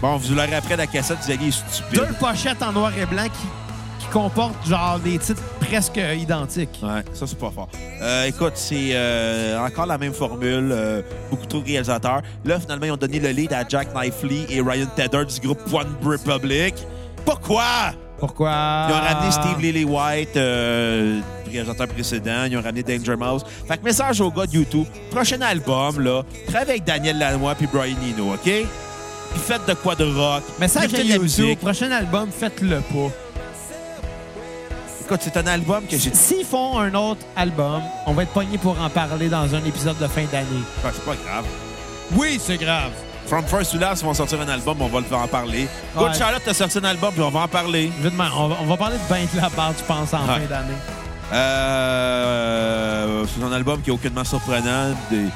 Speaker 1: Bon, vous l'aurez après la cassette, vous allez stupide.
Speaker 2: Deux pochettes en noir et blanc qui, qui comportent, genre, des titres presque identiques.
Speaker 1: Ouais, ça, c'est pas fort. Euh, écoute, c'est euh, encore la même formule. euh, beaucoup trop de réalisateurs. Là, finalement, ils ont donné le lead à Jack Knifley et Ryan Tedder du groupe One Republic. Pourquoi?
Speaker 2: Pourquoi?
Speaker 1: Ils ont ramené Steve Lillywhite, White, euh, réalisateur précédent. Ils ont ramené Danger Mouse. Fait que message au gars de YouTube. Prochain album, là, travaille avec Daniel Lanois puis Brian Eno, OK? Puis faites de quoi de rock.
Speaker 2: Message à
Speaker 1: Écoutez de la
Speaker 2: YouTube,
Speaker 1: musique.
Speaker 2: prochain album, faites-le pas.
Speaker 1: Écoute, c'est un album que j'ai...
Speaker 2: S'ils font un autre album, on va être pogné pour en parler dans un épisode de fin d'année.
Speaker 1: Enfin, Ah, c'est pas grave.
Speaker 2: Oui, c'est grave.
Speaker 1: From First to Last, ils vont sortir un album, on va le- en parler. Good
Speaker 2: Ouais.
Speaker 1: Charlotte a sorti un album, puis on va en parler.
Speaker 2: Évidemment, on va, on va parler de Ben de la barre, je pense, en
Speaker 1: Ouais.
Speaker 2: fin d'année.
Speaker 1: Euh, c'est un album qui est aucunement surprenant, de-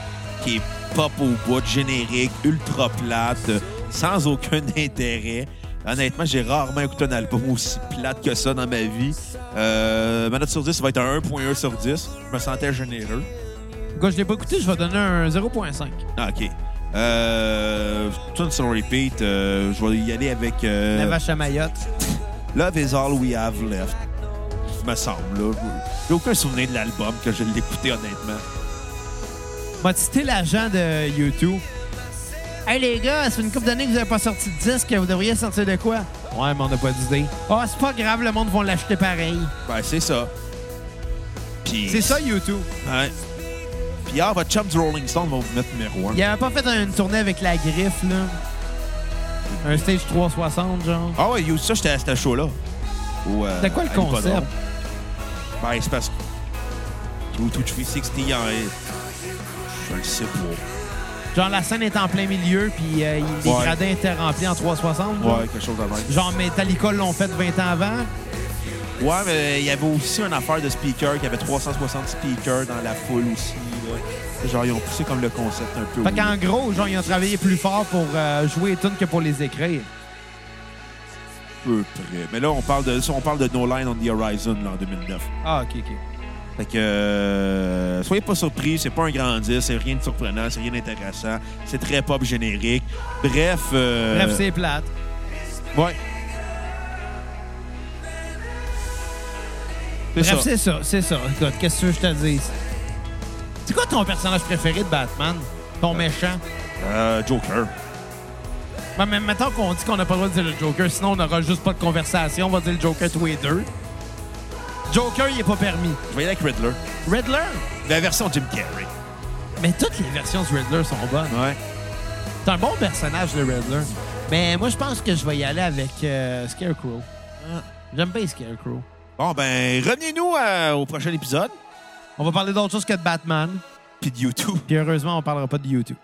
Speaker 1: qui est pop au bout, générique, ultra plate, euh, sans aucun intérêt. Honnêtement, j'ai rarement écouté un album aussi plate que ça dans ma vie. Euh, ma note sur 10, ça va être un 1.1 sur 10. Je me sentais généreux.
Speaker 2: Gars, je l'ai pas écouté, je vais donner un 0.5.
Speaker 1: Ah, OK. Euh, tune sur repeat, euh, je vais y aller avec... euh,
Speaker 2: La vache à Mayotte.
Speaker 1: Love is all we have left. Me semble, là. J'ai aucun souvenir de l'album que je l'ai écouté, honnêtement.
Speaker 2: M'a cité l'agent de YouTube. Hey les gars, ça fait une couple d'années que vous n'avez pas sorti de disque, vous devriez sortir de quoi? Ouais, mais on n'a pas d'idée. Ah, c'est pas grave, le monde va l'acheter pareil.
Speaker 1: Ben, c'est ça. Puis.
Speaker 2: C'est ça, YouTube.
Speaker 1: Ouais. Puis, ah, votre chum du Rolling Stone va vous mettre numéro 1.
Speaker 2: Il avait pas fait une tournée avec la griffe, là. Un stage 360, genre.
Speaker 1: Ah, ouais, you, ça, j'étais à ce show-là. Au, euh,
Speaker 2: C'était quoi le
Speaker 1: à l'hippodrome.
Speaker 2: concept?
Speaker 1: Ben, c'est parce que. Tout, tout 360, il y en a- Je le sais pas.
Speaker 2: Genre, la scène est en plein milieu, puis euh, il- les
Speaker 1: Ouais.
Speaker 2: gradins étaient remplis en 360. genre.
Speaker 1: Ouais, quelque chose de même.
Speaker 2: Genre, Metallica l'ont fait 20 ans avant.
Speaker 1: Ouais, mais il y avait aussi une affaire de speaker, qui avait 360 speakers dans la foule aussi. là. Genre, ils ont poussé comme le concept un peu.
Speaker 2: Fait
Speaker 1: weird.
Speaker 2: qu'en gros, genre, ils ont travaillé plus fort pour euh, jouer les tunes que pour les écrire.
Speaker 1: peu près. Mais là, on parle de, ça, on parle de No Line on the Horizon là, en 2009.
Speaker 2: Ah, OK, OK.
Speaker 1: Fait que euh, soyez pas surpris, c'est pas un grand disque, c'est rien de surprenant, c'est rien d'intéressant, c'est très pop générique. Bref, euh,
Speaker 2: Bref, c'est plate.
Speaker 1: ouais. C'est
Speaker 2: Bref,
Speaker 1: ça.
Speaker 2: c'est ça, c'est ça. Écoute, qu'est-ce que tu veux que je te dise? C'est quoi ton personnage préféré de Batman? Ton méchant?
Speaker 1: Euh, Joker.
Speaker 2: Ben, mais mettons qu'on dit qu'on n'a pas le droit de dire le Joker, sinon on n'aura juste pas de conversation. On va dire le Joker tous les deux. Joker, il est pas permis.
Speaker 1: Je vais y aller avec Riddler.
Speaker 2: Riddler?
Speaker 1: La version Jim Carrey.
Speaker 2: Mais toutes les versions du Riddler sont bonnes.
Speaker 1: Ouais.
Speaker 2: C'est un bon personnage, le Riddler. Mais moi, je pense que je vais y aller avec euh, Scarecrow.
Speaker 1: Ah.
Speaker 2: J'aime bien Scarecrow.
Speaker 1: Bon, ben, revenez-nous euh, au prochain épisode,
Speaker 2: On va parler d'autre chose que de Batman.
Speaker 1: puis de YouTube.
Speaker 2: Puis heureusement, on parlera pas de YouTube.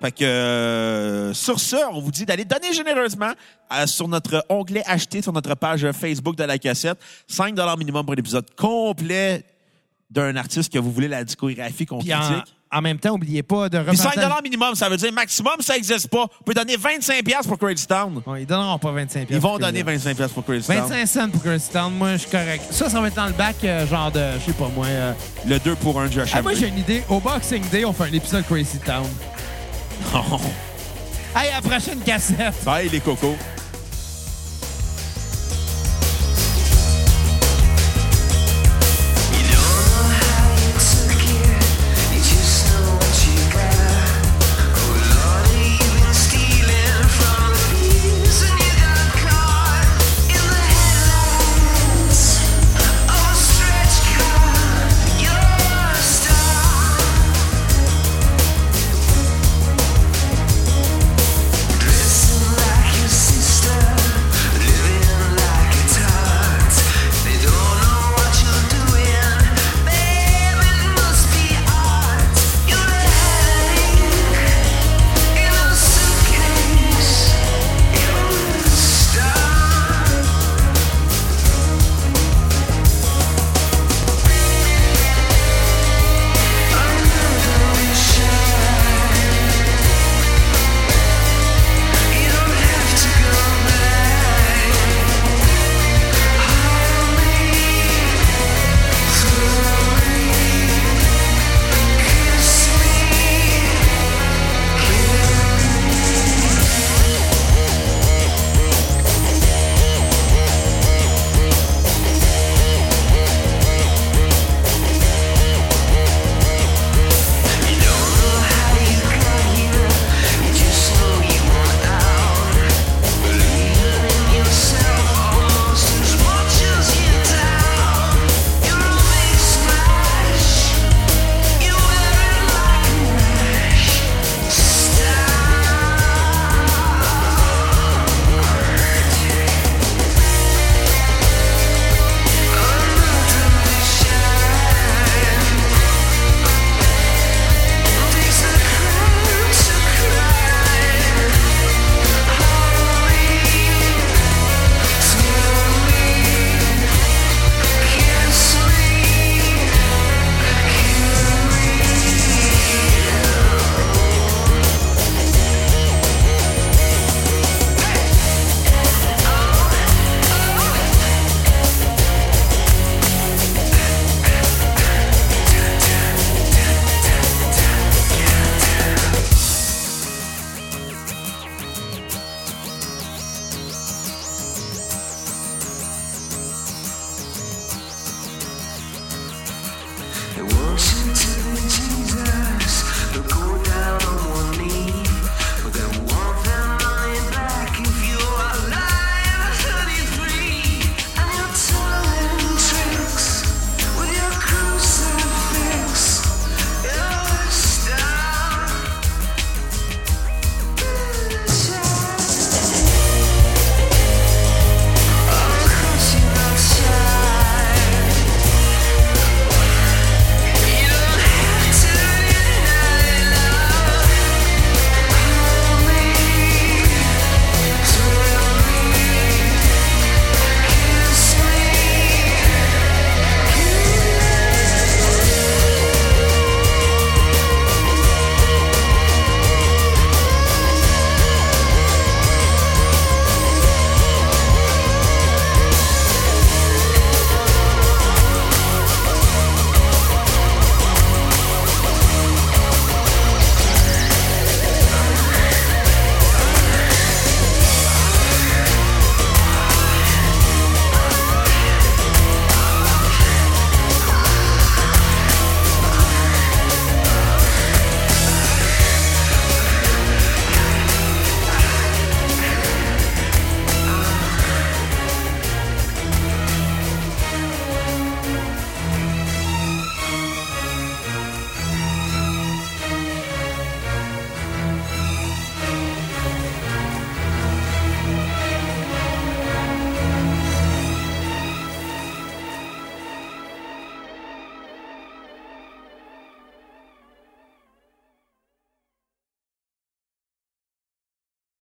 Speaker 1: Fait que euh, sur ce, on vous dit d'aller donner généreusement euh, sur notre onglet acheter sur notre page Facebook de la cassette. 5 minimum pour l'épisode complet d'un artiste que vous voulez la discographie qu'on
Speaker 2: Puis
Speaker 1: critique.
Speaker 2: en, en même temps, oubliez pas de
Speaker 1: Puis 5
Speaker 2: repartager.
Speaker 1: minimum, ça veut dire maximum, ça n'existe pas. Vous pouvez donner 25 piastres pour Crazy Town.
Speaker 2: Bon, ils donneront pas 25
Speaker 1: Ils vont
Speaker 2: pour
Speaker 1: donner 25 piastres pour Crazy Town.
Speaker 2: 25 cents pour Crazy Town. Moi, je suis correct. Ça, ça va être dans le bac, euh, genre de, je sais pas moi. euh,
Speaker 1: Le 2 pour 1 Josh
Speaker 2: Ah, moi,
Speaker 1: Avery.
Speaker 2: j'ai une idée. Au Boxing Day, on fait un épisode Crazy Town.
Speaker 1: Non.
Speaker 2: Hey, à la prochaine cassette!
Speaker 1: Bye les cocos.